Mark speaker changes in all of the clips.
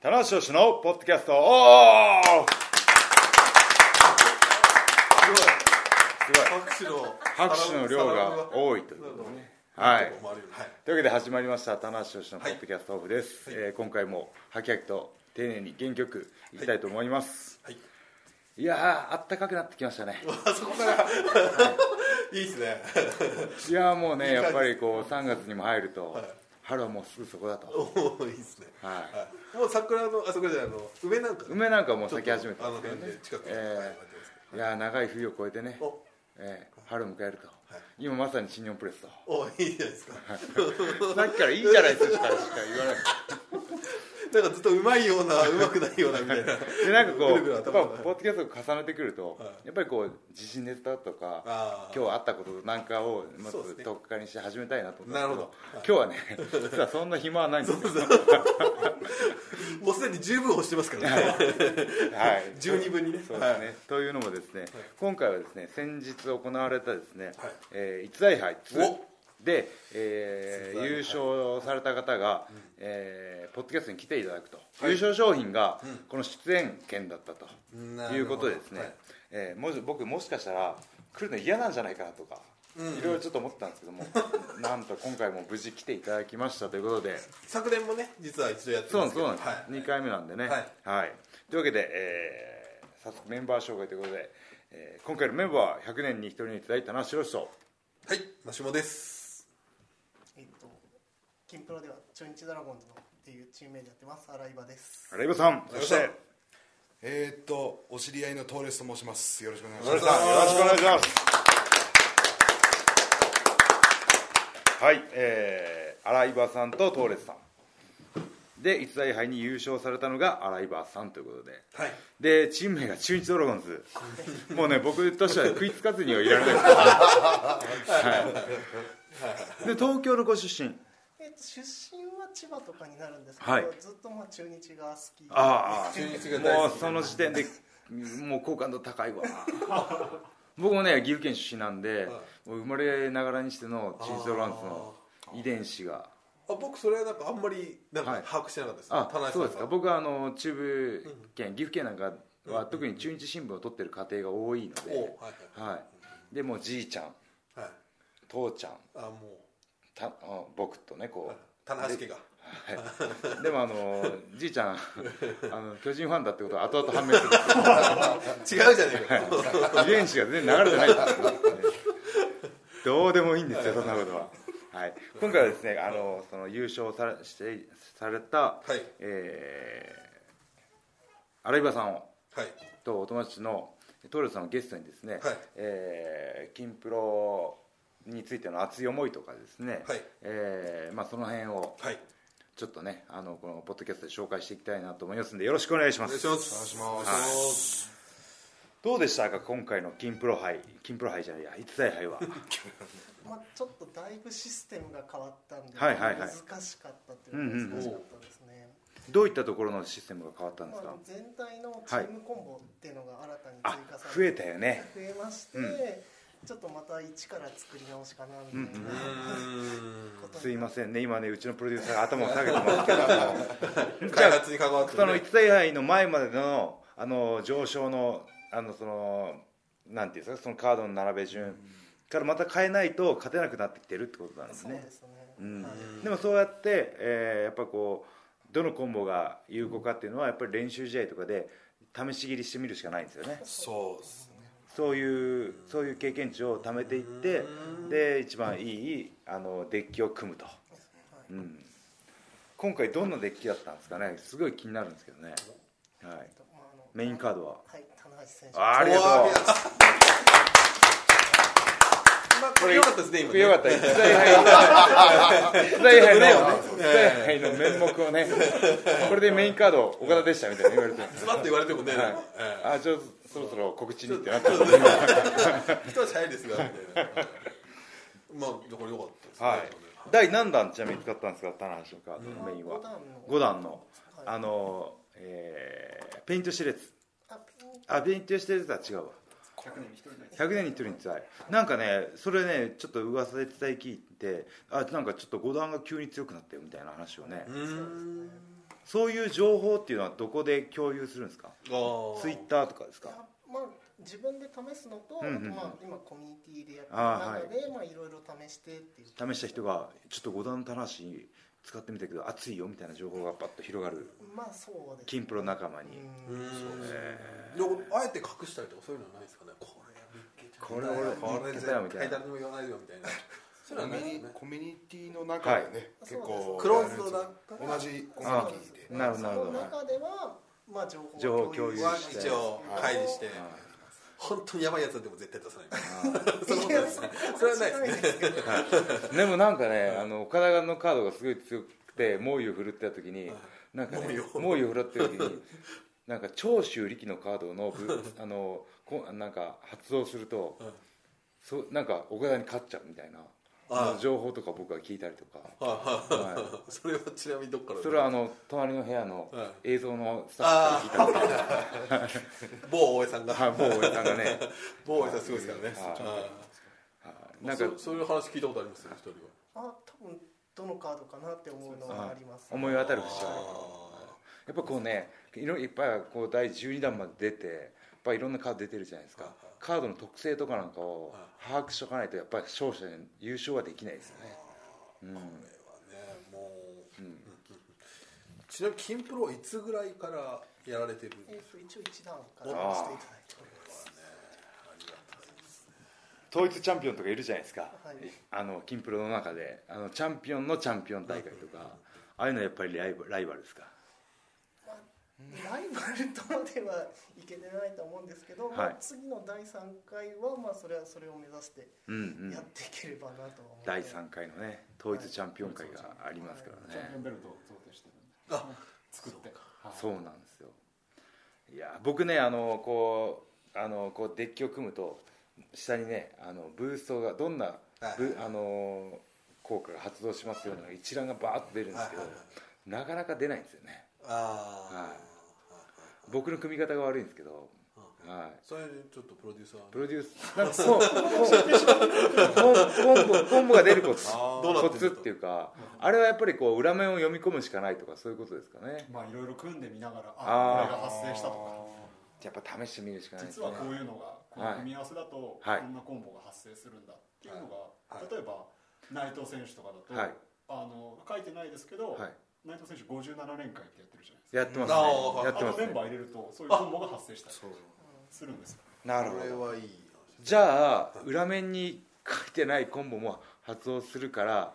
Speaker 1: 棚橋宏のポッドキャストおーすごい
Speaker 2: 拍手の
Speaker 1: 拍手の量が多いというはいというわけで始まりました棚橋宏のポッドキャストオフです、えー今回もはきはきと丁寧に原曲いきたいと思います、、
Speaker 2: はいはい
Speaker 1: やーあったかくなってきました ね
Speaker 2: あそこからいいですね
Speaker 1: いやーもうね
Speaker 2: いい感
Speaker 1: や
Speaker 2: じ
Speaker 1: っぱりこう3月にも入ると、
Speaker 2: はい
Speaker 1: 春はもうすぐそこだと、
Speaker 2: おおいいですね
Speaker 1: は
Speaker 2: はいもう桜のあそこじゃないあの梅なんか
Speaker 1: い、梅なんかもう
Speaker 2: ちょっ
Speaker 1: 咲き
Speaker 2: と
Speaker 1: 始めてま
Speaker 2: あの
Speaker 1: すけど
Speaker 2: 辺
Speaker 1: ね
Speaker 2: で近くに
Speaker 1: えー
Speaker 2: はい待ってます
Speaker 1: いやー長い冬を越えてね
Speaker 2: けど、お
Speaker 1: えー春を迎えると、
Speaker 2: い
Speaker 1: 今まさに新日本プレスと
Speaker 2: おいいじゃないですか
Speaker 1: さっきからいいじゃないですかしか言わない
Speaker 2: なんかずっとうまいようなうまくないようなみたいな
Speaker 1: でなんかこう
Speaker 2: ぐるぐる
Speaker 1: やっぱ
Speaker 2: 頭が
Speaker 1: ポッドキャストを重ねてくると、
Speaker 2: はい
Speaker 1: やっぱりこう自信ネタとか
Speaker 2: あー
Speaker 1: 今日あったことなんかをまず
Speaker 2: そうですね
Speaker 1: 特化にして始めたいなと思った
Speaker 2: なるほど
Speaker 1: 今日はね 実はそんな暇はないんですよ
Speaker 2: もうすでに十分押してますからね
Speaker 1: はい
Speaker 2: 十二分にね
Speaker 1: そうですね、
Speaker 2: は
Speaker 1: というのもですね、今回はですね先日行われたですね、
Speaker 2: はい
Speaker 1: えー逸材杯2
Speaker 2: お
Speaker 1: で、えー
Speaker 2: 逸材杯
Speaker 1: 優勝された方が、えーポッドキャストに来ていただくと、優勝商品がこの出演権だったと
Speaker 2: なるほど
Speaker 1: いうことでですね、
Speaker 2: はい
Speaker 1: えーもし僕もしかしたら来るの嫌なんじゃないかなとか、いろいろちょっと思ってたんですけど もなんと今回も無事来ていただきましたということで。
Speaker 2: 昨年もね実は一度やって
Speaker 1: そうなん
Speaker 2: ます
Speaker 1: ですそ
Speaker 2: け
Speaker 1: う
Speaker 2: ど
Speaker 1: なんです、
Speaker 2: はい
Speaker 1: 2回目なんでね
Speaker 2: はい、
Speaker 1: というわけで、えー早速メンバー紹介ということで、えー今回のメンバーは100年に1人にいただいたのは白石と
Speaker 2: はいマシモです
Speaker 3: えっと、金プロでは中日ドラゴンズのっていうチーム名でやってます、荒井場です。
Speaker 1: ライブさんそして
Speaker 2: 荒井
Speaker 4: えー、っとお知り合いのトーレスと申しますよろしくお願い
Speaker 1: 村井
Speaker 4: します
Speaker 1: さんよろしくお願いしますはいえー、荒井場さんとトーレスさんで逸材杯に優勝されたのが荒井場さんということで
Speaker 2: はい
Speaker 1: でチーム名が中日ドラゴンズもうね僕としては食いつかずにはいられないです、はい、で東京のご出身
Speaker 3: えっと、出身は千葉とかになるんですけど、
Speaker 1: はい
Speaker 3: ずっとまあ中日が好き。
Speaker 1: ああ
Speaker 2: 中日が
Speaker 1: も
Speaker 2: 大好
Speaker 1: う
Speaker 2: き
Speaker 1: その時点で もう好感度高 いわ僕もね岐阜県出身なんで、もう生まれながらにしての中日ドラゴンズの遺伝子が
Speaker 2: あ僕それはなんかあんまりなん
Speaker 1: はい
Speaker 2: か把握してなかったですね、
Speaker 1: あ
Speaker 2: 田中さんが
Speaker 1: そうですか僕はあの中部県、岐阜県なんかは特に中日新聞を取ってる家庭が多いの
Speaker 2: お
Speaker 1: で、
Speaker 2: はい
Speaker 1: はい、でもうじいちゃん
Speaker 2: はいはい
Speaker 1: 父ちゃん
Speaker 2: あも
Speaker 1: たあ僕とね
Speaker 2: う
Speaker 1: こ
Speaker 2: 田中家が
Speaker 1: う、はい、でもあのじいちゃんあの巨人ファンだってことは後々判明する
Speaker 2: 違うじゃねえかよ
Speaker 1: 遺伝子が全然流れてないんですよねどうでもいいんですよそんなことは、はい、今回はですねあのその優勝されしてされた、
Speaker 2: はい
Speaker 1: えー、荒井場さんを
Speaker 2: はい
Speaker 1: とお友達のトールさんをゲストにですね、えー金プロについての熱い思いとかですね、
Speaker 2: はい
Speaker 1: えーまあ、その辺を
Speaker 2: はい
Speaker 1: ちょっとねあのこのポッドキャストで紹介していきたいなと思いますんでよろしくお願いしま
Speaker 2: お願い
Speaker 1: す
Speaker 2: します
Speaker 4: お願いします
Speaker 2: ます
Speaker 1: どうでしたか今回の金プロ杯金プロ杯じゃないや逸材杯は
Speaker 3: まあ、ちょっとだいぶシステムが変わったんで、
Speaker 1: はいはいはい
Speaker 3: 難しかったっていうか難しかったですね。
Speaker 1: どういったところのシステムが変わったんです
Speaker 3: まあ
Speaker 1: か、
Speaker 3: 全体のチームコンボっていうのが新たに
Speaker 1: あ
Speaker 3: 追加さ
Speaker 1: 増
Speaker 3: れ
Speaker 1: え
Speaker 3: て、
Speaker 1: たよね
Speaker 3: 増えまして、
Speaker 1: うん
Speaker 3: ちょっとまた一から作り直しかなみたいな
Speaker 2: うーん
Speaker 3: こと
Speaker 1: すい
Speaker 3: にな
Speaker 1: ま
Speaker 3: っ
Speaker 1: せんね今ねうちのプロデューサーが頭を下げてますけど
Speaker 2: 開発に関わって
Speaker 1: その
Speaker 2: るね
Speaker 1: 逸材杯の前までのあの上昇のあのそのなんていうんですかそのカードの並べ順からまた変えないと勝てなくなってきてるってことなん
Speaker 3: て
Speaker 1: です
Speaker 3: そう
Speaker 1: ね
Speaker 3: で。すね。
Speaker 1: うん
Speaker 3: はい
Speaker 1: でもそうやって、えーやっぱこうどのコンボが有効かっていうのはやっぱり練習試合とかで試し切りしてみるしかないんですよね。
Speaker 4: そうですね
Speaker 1: そういうそういう経験値を貯めていってで一番いいあのデッキを組むと、うん、今回どんなデッキだったんですかねすごい気になるんですけどね、はい、
Speaker 3: まああの
Speaker 1: メインカードは
Speaker 3: はい、棚橋選手。
Speaker 1: あありがとう
Speaker 2: おーまあこれ良かったですね今ね
Speaker 1: よかった逸材杯逸材杯の逸材杯の面目を ねこれでメインカード岡田でしたみたいな言われて
Speaker 2: ズバッと言われてもね、
Speaker 1: はい
Speaker 2: え
Speaker 1: あちょっとそろそろ告知にってなった
Speaker 2: え一足早いですがみたいな まあだから良かったですね、
Speaker 1: はい、第何弾ちなみに使ったんですか棚橋のカードのメインは
Speaker 3: 五
Speaker 1: 5段
Speaker 3: 段の
Speaker 1: の
Speaker 3: はい
Speaker 1: あの、えーペイントシレツ
Speaker 3: あピン
Speaker 1: あペイントシレツは違うわ100年に1人の逸材なんかねそれねちょっと噂で伝え聞いてあなんかちょっと5段が急に強くなったよみたいな話をね
Speaker 2: うーん
Speaker 1: そういう情報っていうのはどこで共有するんですか
Speaker 2: あ
Speaker 1: ツイッターとかです
Speaker 3: いや
Speaker 1: か
Speaker 3: まあ自分で試すのと、
Speaker 1: うんうんうん
Speaker 3: あとまあ今コミュニティでやってる
Speaker 1: あー
Speaker 3: 中で、まあいろいろ試してっていう。
Speaker 1: 試した人がちょっと五段棚橋使ってみたけど熱いよみたいな情報がパッと広がる
Speaker 3: まあそうです。
Speaker 1: キンプロ仲間
Speaker 3: う。
Speaker 1: に
Speaker 2: うんん
Speaker 1: え
Speaker 2: でもあえて隠したりとかそういうのはないですかねこれ見っけちゃ
Speaker 1: これ俺
Speaker 2: これ
Speaker 1: 見っけ
Speaker 2: 絶
Speaker 1: たよみ
Speaker 2: 対
Speaker 1: たいな
Speaker 2: 誰にも言わないよみたいなそういうのはないですね
Speaker 4: コミュニティの中でね、結構
Speaker 2: クローズドな
Speaker 4: 同じコミュニティで
Speaker 1: なるほどなるほ
Speaker 3: そ
Speaker 1: ど
Speaker 3: の中ではまあ情報を
Speaker 1: 情報を共有
Speaker 2: は
Speaker 1: して
Speaker 2: 一応会議して
Speaker 1: はい
Speaker 2: 本当にやばいやつでも絶対出さないそ
Speaker 3: そ
Speaker 2: のことですねそれはないですね
Speaker 3: ね。
Speaker 1: でもなんかね、あの岡田のカードがすごい強くて猛威を振るってた時に、なんかね
Speaker 2: 猛威を
Speaker 1: 猛威を振るってた時 になんか長州力のカードのぶあのこなんか発動すると、
Speaker 2: うん
Speaker 1: そうなんか岡田に勝っちゃうみたいな、
Speaker 2: ああ
Speaker 1: 情報とか僕は聞いたりとか、
Speaker 2: はいはい
Speaker 1: は
Speaker 2: それはちなみにどっから
Speaker 1: い、それはあの隣の部屋の
Speaker 2: は
Speaker 1: 映像のスタッフから聞いたりとか
Speaker 2: 某大江さんが、
Speaker 1: はいもう親さんが ね、
Speaker 2: 某大江さんすごいですからね
Speaker 1: はい
Speaker 2: は
Speaker 1: は
Speaker 2: い
Speaker 1: い
Speaker 2: な
Speaker 1: なんん
Speaker 2: か
Speaker 1: か
Speaker 2: そそういう話聞いたことありますね一人は
Speaker 3: あ多分どのカードかなって思うのはあります。
Speaker 1: 思い当たる節はある
Speaker 2: あ
Speaker 1: やっぱこうねいろいっぱいこう第12弾まで出てやっぱいろんなカード出てるじゃないですか
Speaker 2: はいはい
Speaker 1: カードの特性とかなんかを把握しとかないとやっぱり勝者に優勝はできないですよね、うん、
Speaker 2: ーねもう、ちなみに金プロはいつぐらいからやられてるん
Speaker 3: えっ
Speaker 2: ですか
Speaker 3: と一応一段からしていただいております。
Speaker 1: 統一チャンピオンとかいるじゃないですか、
Speaker 3: はい
Speaker 1: あの金プロの中であのチャンピオンのチャンピオン大会とかああいうのはやっぱりライバライバルですか
Speaker 3: まあライバルとまではいけてないと思うんですけど、ま
Speaker 1: はい
Speaker 3: あ、次の第3回は、まあ、それはそれを目指して
Speaker 1: うんうん
Speaker 3: やっていければなとは思って、
Speaker 1: 第3回のね統一チャンピオン会がありますから
Speaker 5: チャンピオ
Speaker 1: ね
Speaker 5: ンベルトを贈呈してるんで
Speaker 2: あ作っ
Speaker 5: 作って、はい
Speaker 1: そうなんですよいや僕ねあのこうあのこうデッキを組むと下にねあのブーストがどんなブあの効果が発動しますような一覧がバーッと出るんですけど
Speaker 2: はいはいは
Speaker 1: なかなか出ないんですよね
Speaker 2: ああ、
Speaker 1: はい僕の組み方が悪いんですけど、はい、
Speaker 2: それでちょっとプロデューサー
Speaker 1: プロデュースなんかそうコンコンボコンボが出るコツ
Speaker 2: どうなってんだと
Speaker 1: コツっていうかあれはやっぱりこう裏面を読み込むしかないとかそういうことですかね
Speaker 5: まあいろいろ組んでみながら
Speaker 1: あー
Speaker 5: あこれが発生したと
Speaker 1: やっぱ試してみるしかな
Speaker 5: か
Speaker 1: いです
Speaker 5: 実
Speaker 1: ね
Speaker 5: はこういうのがこ
Speaker 1: は
Speaker 5: の
Speaker 1: い
Speaker 5: 組み合わせだと
Speaker 1: はい
Speaker 5: こんなコンボが発生するんだっていうのが、
Speaker 2: はい
Speaker 5: 例えば内藤選手とかだと、
Speaker 1: はい
Speaker 5: あの書いてないですけど、
Speaker 1: はい
Speaker 5: 内藤選手57連会ってやってるじゃない
Speaker 1: やっ
Speaker 5: ですか
Speaker 1: てます
Speaker 2: あ
Speaker 1: ね
Speaker 2: ー
Speaker 1: やってま
Speaker 5: あ
Speaker 1: す
Speaker 5: と
Speaker 1: ね
Speaker 5: メンバー入れるとそういうコンボが発生したり
Speaker 4: そう
Speaker 5: するんですよ
Speaker 1: な
Speaker 2: これはいい
Speaker 1: じゃあ裏面に書いてないコンボも発動するから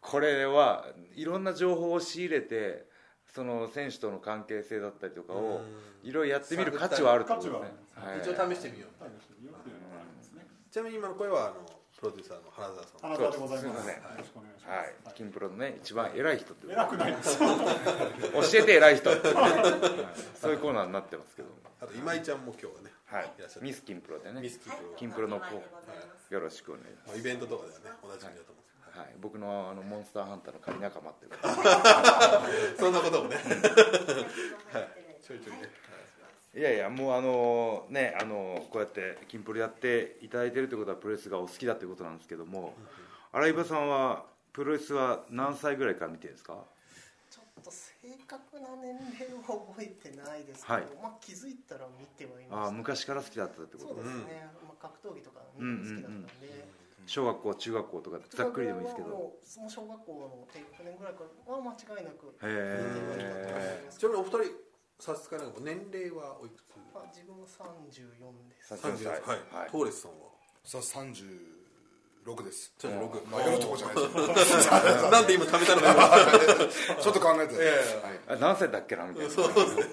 Speaker 1: これはいろんな情報を仕入れてその選手との関係性だったりとかをいろいろやってみる価値はあるってことですね
Speaker 5: 価値は
Speaker 1: はい
Speaker 2: 一応試してみよう
Speaker 5: 多分そういうよっていうのがありますね
Speaker 2: ちなみに今の声はあのプロデューサーの原沢さ
Speaker 5: あ
Speaker 2: ん
Speaker 5: なたでござい
Speaker 1: そう
Speaker 5: ます
Speaker 1: すいません
Speaker 5: よろしくお願いします、
Speaker 1: はい金プロのね一番偉い人ってこと
Speaker 5: 偉くないですよ
Speaker 1: 教えて偉い人っていうねはいそういうコーナーになってますけど
Speaker 2: あと今井ちゃんも今日はね、
Speaker 1: はい
Speaker 2: いらっしゃって
Speaker 1: ミス金プロでね
Speaker 2: ミスキー
Speaker 1: 金プロの
Speaker 6: はい
Speaker 1: 子よろしくお願いします
Speaker 2: まあ、イベントとかではねおなじみだと思うんです
Speaker 1: はい僕のあのモンスターハンターの仮仲間っていうか
Speaker 2: けどそんなこともね
Speaker 6: ちょいちょいね。はい
Speaker 1: いやいやもうあのねあのこうやってキンプロやっていただいてるってことはプロレスがお好きだってことなんですけども荒井場さんはプロレスは何歳ぐらいから見てるんですか
Speaker 3: ちょっと正確な年齢は覚えてないですけど、
Speaker 1: はい
Speaker 3: まあ、気づいたら見てはい
Speaker 1: あ
Speaker 3: ま
Speaker 1: あ
Speaker 3: した
Speaker 1: 昔から好きだったってこ
Speaker 3: そう
Speaker 1: と
Speaker 3: ですね、まあ、格闘技とか見るの好きだったんで、
Speaker 1: 小学校中学校とかざっくりでもいいですけ
Speaker 3: そ
Speaker 1: ど
Speaker 3: のその小学校の低学年ぐらいからは間違いなく見てはい
Speaker 1: へ
Speaker 3: たと思いま
Speaker 2: ち
Speaker 3: す
Speaker 2: なみにお二人差し支えなく年齢はおいくつ
Speaker 3: まあ、自分は34です
Speaker 1: え
Speaker 2: 30はい、
Speaker 1: はい
Speaker 2: トーレスさんは
Speaker 4: さ36です
Speaker 2: ちょっと六
Speaker 4: 迷うとこじゃないです よ
Speaker 2: なんで今食べたの か
Speaker 4: ちょっと考え てた、はい
Speaker 1: あ何歳だっけなみたいな
Speaker 2: 今そうですね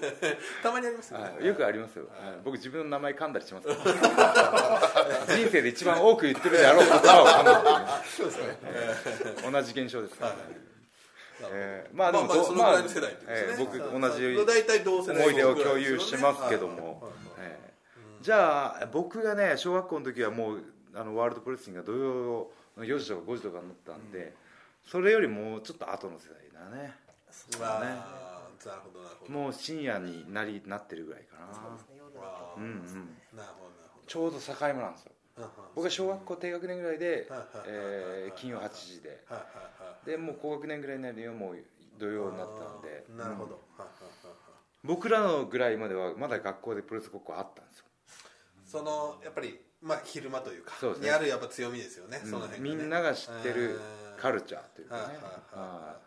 Speaker 2: たまにありますよね、
Speaker 1: はいよくありますよはい僕自分の名前噛んだりしますから 人生で一番多く言ってるであろう言葉
Speaker 2: そうですね、
Speaker 1: を噛む同じ現象ですからねえーま
Speaker 2: ま
Speaker 1: あで
Speaker 2: あまあ
Speaker 1: も
Speaker 2: そのぐらいの世代ってことですね
Speaker 1: え、ー僕同じ
Speaker 2: まあ大体同世代
Speaker 1: 思い出を共有してますけども
Speaker 2: はい、
Speaker 1: えーじゃあ僕がね小学校の時はもうあのワールドプロレスリングが土曜の4時とか5時とかになったんで、それよりもうちょっと後の世代だね
Speaker 2: まあなるほどなるほど
Speaker 1: もう深夜になりなってるぐらいか
Speaker 3: そうで
Speaker 1: な
Speaker 3: すね夜だと思いますね、
Speaker 2: なるほどなるほど
Speaker 1: ちょうど境目なんですよ僕は小学校低学年ぐらいで
Speaker 2: はいはいはいはいはい
Speaker 1: えー金曜8時で
Speaker 2: はいはいはい
Speaker 1: でもう高学年ぐらいになるよもう土曜になってたんで
Speaker 2: あーなるほど、はははは
Speaker 1: 僕らのぐらいまではまだ学校でプロレスごっこあったんですよ
Speaker 2: そのやっぱりまあ昼間というか
Speaker 1: そうですね
Speaker 2: にあるやっぱ強みですよね、
Speaker 1: うん
Speaker 2: その辺
Speaker 1: み
Speaker 2: がね
Speaker 1: んなが知ってるカ
Speaker 2: ル
Speaker 1: ルチャーというかねあ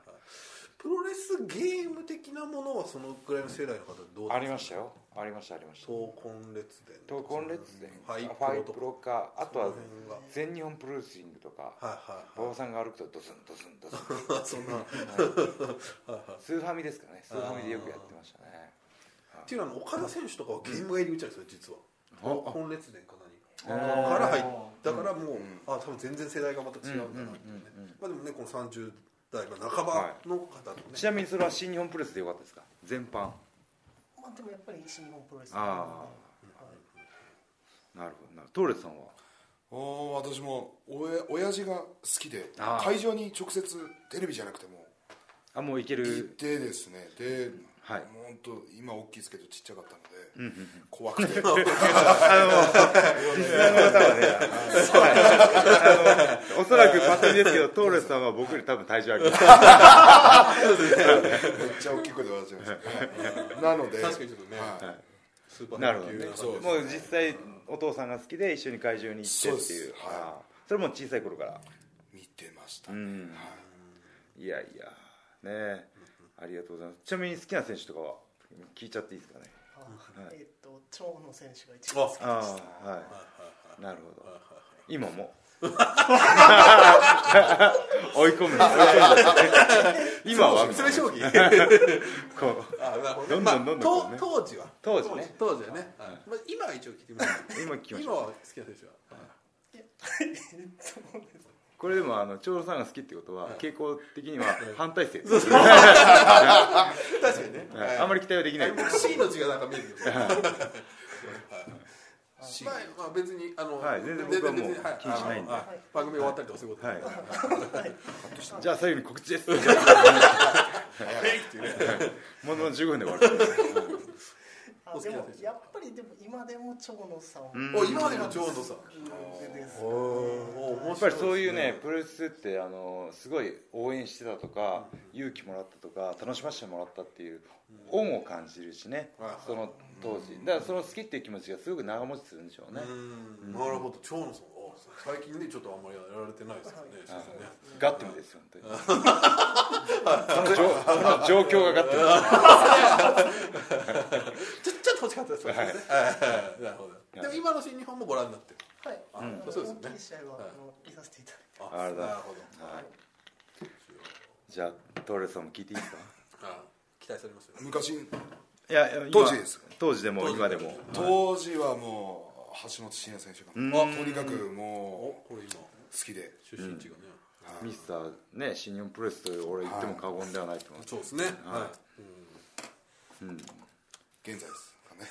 Speaker 2: プロレスゲーム的なものはそのぐらいの世代の方どう
Speaker 1: ありましたよありましたありました
Speaker 2: 闘魂列伝
Speaker 1: 闘魂列伝
Speaker 2: ファイ
Speaker 1: ファイ
Speaker 2: プ
Speaker 1: プ
Speaker 2: ロ
Speaker 1: ロ
Speaker 2: と
Speaker 1: かあとは
Speaker 2: その辺が
Speaker 1: 全日本プロレスリングとか
Speaker 2: かはいはい
Speaker 1: 馬場さんが歩くとドスンドスンドスン
Speaker 2: はい そんな
Speaker 1: スーファミですかねスーファミでよくやってましたね
Speaker 2: っていうのはあの岡田選手とかはゲームが入り口なんですよ実は
Speaker 1: あ
Speaker 2: 闘魂列伝か何
Speaker 1: あ
Speaker 2: か
Speaker 1: ー
Speaker 2: から入ったからもう、あ多分全然世代がまた違うんだなっていうね、
Speaker 1: うんうんうん
Speaker 2: まあでもねこの30代、まあ、半ばの方のね、
Speaker 1: ちなみにそれは新日本プロレスでよかったですか全般
Speaker 3: まあでもやっぱり新日本プロレス
Speaker 1: あ
Speaker 3: はい
Speaker 1: あなるほどなるほどトーレスさんは
Speaker 4: お私もおや親父が好きで
Speaker 1: あー
Speaker 4: 会場に直接テレビじゃなくても
Speaker 1: あもういけ
Speaker 4: 行っ
Speaker 1: る
Speaker 4: てですねで、
Speaker 1: はい
Speaker 4: もう本当今大きいですけどちっちゃかったので、怖くて
Speaker 1: おそらくパッと見ですけ どトーレスさんは僕より多分体重あります
Speaker 4: めっちゃ大きい声で笑っちゃいましたねなので
Speaker 2: 確かにちょっとね
Speaker 4: はい
Speaker 2: スーパー
Speaker 1: なるほどね
Speaker 2: 野球
Speaker 4: そう
Speaker 1: もう実際お父さんが好きで一緒に会場に行ってって
Speaker 4: そ
Speaker 1: い
Speaker 4: うで
Speaker 1: う
Speaker 4: すはい
Speaker 1: ああそれも小さい頃から
Speaker 4: 見てました、
Speaker 1: うん
Speaker 4: はい
Speaker 1: いやいやねえありがとうございますちなみに好きな選手とかは聞いちゃっていいですかね
Speaker 3: あ
Speaker 1: はい
Speaker 3: えっと長野選手が一番好きで
Speaker 1: あ
Speaker 3: し
Speaker 1: あはいなるほど今 も追い込 む追い込む今は
Speaker 2: 詰め将 棋
Speaker 1: こう
Speaker 2: あなるほど
Speaker 1: どん
Speaker 2: ま
Speaker 1: ど
Speaker 2: あ
Speaker 1: んどんどんこうね
Speaker 2: と当時は
Speaker 1: 当時ね
Speaker 2: 当時はね、はいまあ、今は一応聞いてみます
Speaker 1: 今聞きまし
Speaker 2: 今
Speaker 1: た
Speaker 2: は好きな選手は、
Speaker 3: たそうです
Speaker 1: これでもあの長野さんが好きってことは傾向的には反対性
Speaker 2: 確かにね、
Speaker 1: はいあんまり期待はできない
Speaker 2: 僕 C の字がなんか見えるよまあ、まあ、別にあの、
Speaker 1: はい全然僕はもう
Speaker 2: 全然別に
Speaker 1: 気にしないんで
Speaker 2: あのはい番組終わったりとかそういうこと
Speaker 1: はい
Speaker 3: はい
Speaker 1: じゃあ最後に告知ですものの15分で終わる
Speaker 3: あでもやっぱりでも今でも長野さんは
Speaker 1: うん
Speaker 2: お今でもちょうどさ
Speaker 3: です
Speaker 2: おお面
Speaker 1: やっぱ
Speaker 2: 白い
Speaker 1: りそういうねプロレスってあのすごい応援してたとか、勇気もらったとか楽しませてもらったっていう恩を感じるしね、
Speaker 2: はい
Speaker 1: その当時だからその好きっていう気持ちがすごく長持ちするんでしょうね、
Speaker 2: うんなるほど長野さんあ最近ねちょっとあんまりやられてないですよね先生ね
Speaker 1: ガッテムですよ本当にその状その状況がガッテムです
Speaker 2: ちょちょっと欲しかったですはいはいなるほどでも今の新日本もご覧になってる
Speaker 3: はい、あの
Speaker 2: そうですね
Speaker 3: 大きい試合は、
Speaker 2: はい
Speaker 3: あの見させていただいて
Speaker 1: あ
Speaker 2: あ
Speaker 1: れだ
Speaker 2: なるほど
Speaker 1: はいじゃあトーレスさんも聞いていいですか
Speaker 2: あ期待されますよ
Speaker 4: 昔
Speaker 1: いやいや今
Speaker 4: 当時です
Speaker 1: 当時でも今でも
Speaker 4: 当時はもう橋本真也選手がとにかく
Speaker 2: お
Speaker 4: も
Speaker 2: これ今
Speaker 4: う好きで
Speaker 2: 出身地がね
Speaker 1: ミスターね新日本プロレスと俺言っても過言ではないと思います、
Speaker 2: そうですねは
Speaker 4: 現在ですかね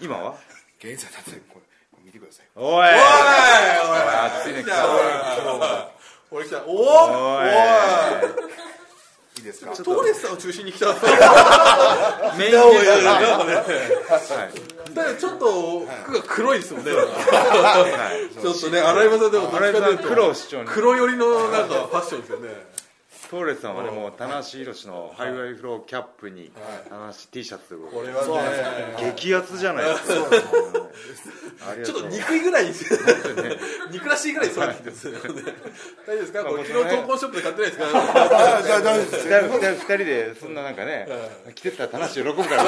Speaker 1: 今は
Speaker 4: 現在だってこれこれ見てください
Speaker 1: おい
Speaker 2: い
Speaker 1: 熱いね
Speaker 2: 俺来たおお
Speaker 1: おい
Speaker 4: いいですか
Speaker 2: トーレスさんを中心に来た
Speaker 1: メインゲストはい
Speaker 2: だからちょっと服が黒いですもんね、
Speaker 1: はい
Speaker 2: ちょっとね洗い場さんでもどっ
Speaker 1: 荒
Speaker 2: ち
Speaker 1: 井
Speaker 2: かと
Speaker 1: さ
Speaker 2: い
Speaker 1: ん
Speaker 2: うと
Speaker 1: 黒を主張に
Speaker 2: 黒寄りのなんかファッションですよね
Speaker 1: トーレスさんはねもう棚橋宏のハイウェイフローキャップに棚橋 T シャツということ
Speaker 2: こ
Speaker 1: で
Speaker 2: れはね
Speaker 1: 激アツじゃないですかありが
Speaker 2: ちょっと
Speaker 1: とう
Speaker 2: 憎いぐらいに憎らしいぐらいにそれてですね大丈夫ですかこれ昨日投稿ショップで買ってないですか
Speaker 1: 2人でそんななんかね着てったら棚橋喜ぶから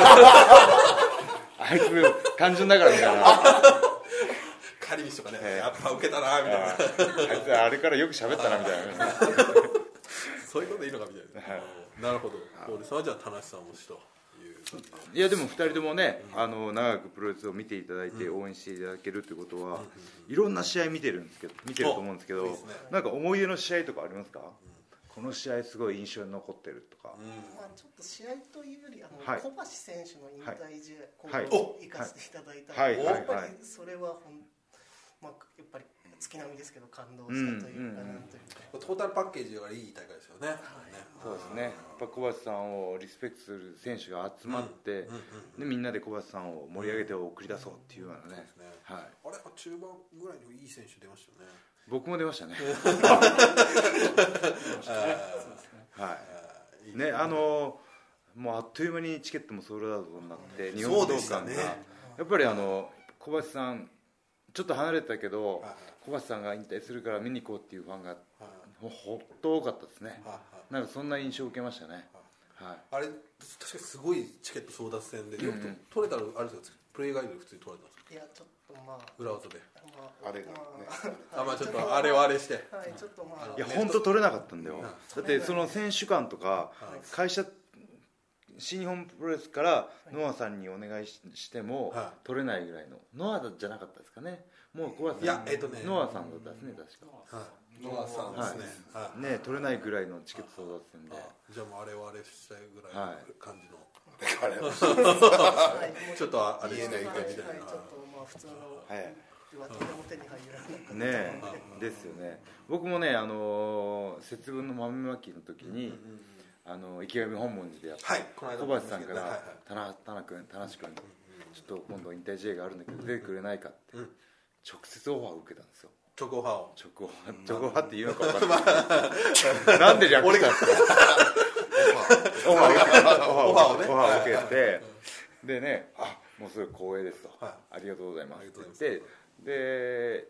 Speaker 1: あいつ単純だからみたいなあ
Speaker 2: カリミシとかね
Speaker 1: ええ
Speaker 2: やっぱウケたなみたいない
Speaker 1: つあれからよく喋ったなみたいな
Speaker 2: そういうことでいいのかみたいななるほど俺さんはじゃあ田無さん推しという感じ
Speaker 1: いやでも2人ともねあの長くプロレスを見ていただいて応援していただけるってことはいろんな試合見てるんですけど見てると思うんですけ
Speaker 2: おいい
Speaker 1: ど
Speaker 2: ですね
Speaker 1: なんか思い出の試合とかありますかこの試合すごい印象に残ってるとか
Speaker 3: まあ、ちょっと試合というよりあの、
Speaker 1: はい
Speaker 3: 小橋選手の引退試合、
Speaker 1: はい
Speaker 3: 今後行かせていただいたので、
Speaker 1: はい
Speaker 2: はい
Speaker 3: やっぱ
Speaker 1: はい
Speaker 3: りそれはほん、まあ、やっぱり月並みですけど感動したというか、
Speaker 1: うん
Speaker 3: なんというか、
Speaker 2: トータルパッケージがいい大会ですよね
Speaker 1: そうですねやっぱ小橋さんをリスペクトする選手が集まってでみんなで小橋さんを盛り上げて送り出そうっていうようなね
Speaker 2: ね
Speaker 1: はい
Speaker 2: あれ中盤ぐらいにいい選手出ましたよね
Speaker 1: 僕も出ましたね
Speaker 2: あー
Speaker 1: はい
Speaker 2: いい
Speaker 1: ねあのもうあっという間にチケットもソールドアウトになって日本武
Speaker 2: そ
Speaker 1: 道
Speaker 2: うで
Speaker 1: 館
Speaker 2: した
Speaker 1: が、
Speaker 2: ね
Speaker 1: やっぱりあの小橋さんちょっと離れてたけど
Speaker 2: はい
Speaker 1: 小橋さんが引退するから見に行こうっていうファンが
Speaker 2: はい
Speaker 1: ほほっと多かったですね
Speaker 2: はいはい
Speaker 1: なんかそんな印象を受けましたねはい
Speaker 2: あれ確かすごいチケット争奪戦でよくと、
Speaker 1: うんうん
Speaker 2: 取れたのあれですよプレイガイドで普通に取れたんですか
Speaker 3: いやちょっとまあ
Speaker 2: 裏技で
Speaker 3: ま
Speaker 4: あれがね
Speaker 2: あまあちょっとあれはあれして
Speaker 3: あはいちょっとまあ
Speaker 1: いや本当取れなかったんだよだってその選手間とか
Speaker 2: はい
Speaker 1: 会社新日本プロレスからノアさんにお願いししても
Speaker 2: は
Speaker 1: 取れないぐらいのノアじゃなかったですかねもう小橋
Speaker 2: い
Speaker 1: さ
Speaker 2: や
Speaker 1: ん
Speaker 2: えっとね
Speaker 1: ノアさんだったですね確か
Speaker 2: はいノアさんですねはい、
Speaker 1: ね取れないぐらいのチケット争奪戦で
Speaker 2: あじゃあもうあれはあれしたいぐらい
Speaker 1: は
Speaker 2: の
Speaker 1: い
Speaker 2: 感じの、
Speaker 4: あれ
Speaker 3: はいもう
Speaker 2: ちょっとああれ
Speaker 4: 言えない感じだ
Speaker 3: はい
Speaker 4: よな
Speaker 3: ちょっとまあ普通の
Speaker 1: はい
Speaker 3: 上手でも手に入らなかった
Speaker 1: ねえですよね僕もねあのー節分の豆まきの時に、あの池上本門寺でやった、
Speaker 2: はいこの間
Speaker 1: 小
Speaker 2: も
Speaker 1: 橋さんか
Speaker 2: はいは
Speaker 1: ら
Speaker 2: い
Speaker 1: 「田中田中君田中君ちょっと今度引退試合があるんだけど出てくれないか」って、
Speaker 2: うん
Speaker 1: 直接オファーを受けたんですよ
Speaker 2: チョコファを
Speaker 1: 直オファー直オファーって言うのか分かんない、なんで略したんですかオファーオファーをねオフ
Speaker 2: オファーをね
Speaker 1: ァーを受けてでねあもうすごい光栄ですと、
Speaker 2: はい
Speaker 1: ありがとうございま
Speaker 2: あ
Speaker 1: す
Speaker 2: り
Speaker 1: っ
Speaker 2: が
Speaker 1: て言
Speaker 2: とうご
Speaker 1: っ
Speaker 2: ざい
Speaker 1: てで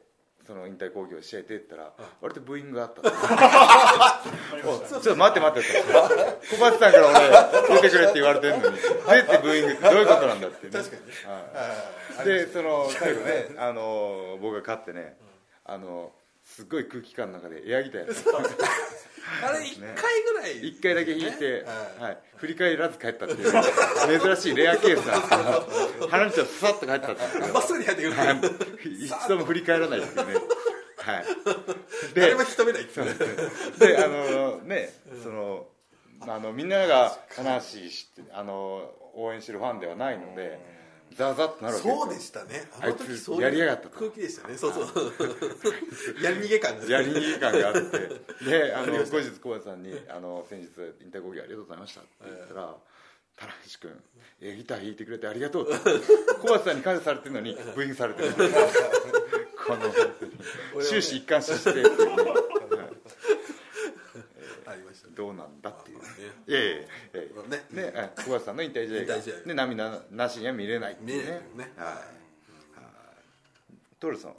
Speaker 1: その引退興行試合出てったら、割とブーイングがあったんですよおいちょっと待って待ってって小橋さんから俺出てくれって言われてるのに出てブーイングってどういうことなんだって、ね、確かにでその最後ねあの僕が勝ってね、あのすっごい空気感の中でエアギターやって
Speaker 2: あれ一回ぐらい、
Speaker 1: 一回だけ弾いて、
Speaker 2: は
Speaker 1: は
Speaker 2: い
Speaker 1: い、振り返らず帰ったっていう珍しいレアケースなんですけど花道をさっと帰ったんですけど
Speaker 2: まっすぐに入ってくる、
Speaker 1: はい一度も振り返らないっていうねはい
Speaker 2: 誰も引き止めないって
Speaker 1: そう
Speaker 2: いう
Speaker 1: で
Speaker 2: ね
Speaker 1: すねであのねそのあのみんなが花橋してあの応援してるファンではないのでザザッとなるわけ
Speaker 2: そうで
Speaker 1: よ
Speaker 2: したねあの
Speaker 1: あ
Speaker 2: 時
Speaker 1: いつ
Speaker 2: そう
Speaker 1: やり
Speaker 2: い
Speaker 1: や
Speaker 2: う
Speaker 1: がったと
Speaker 2: 空気でしたねそうそう やり逃げ感ですね
Speaker 1: やりにい感があってであの後日小林さんに「あの先日引退講義ありがとうございました」って言ったら「田中君えギター弾いてくれてありがとう」って小林さんに感謝されてるのにブーイングされてるこの終始一貫視してっていうねはい
Speaker 2: ありましたね
Speaker 1: どうなんだっていう
Speaker 2: ね
Speaker 1: いやいやいやい
Speaker 2: ね
Speaker 1: やねはい小林さんの引退試合
Speaker 2: 引退試合
Speaker 1: がで涙なしには見れないって
Speaker 2: 見
Speaker 1: い
Speaker 2: え
Speaker 1: う
Speaker 2: ない
Speaker 1: ね
Speaker 2: けどねはい
Speaker 1: トールさんは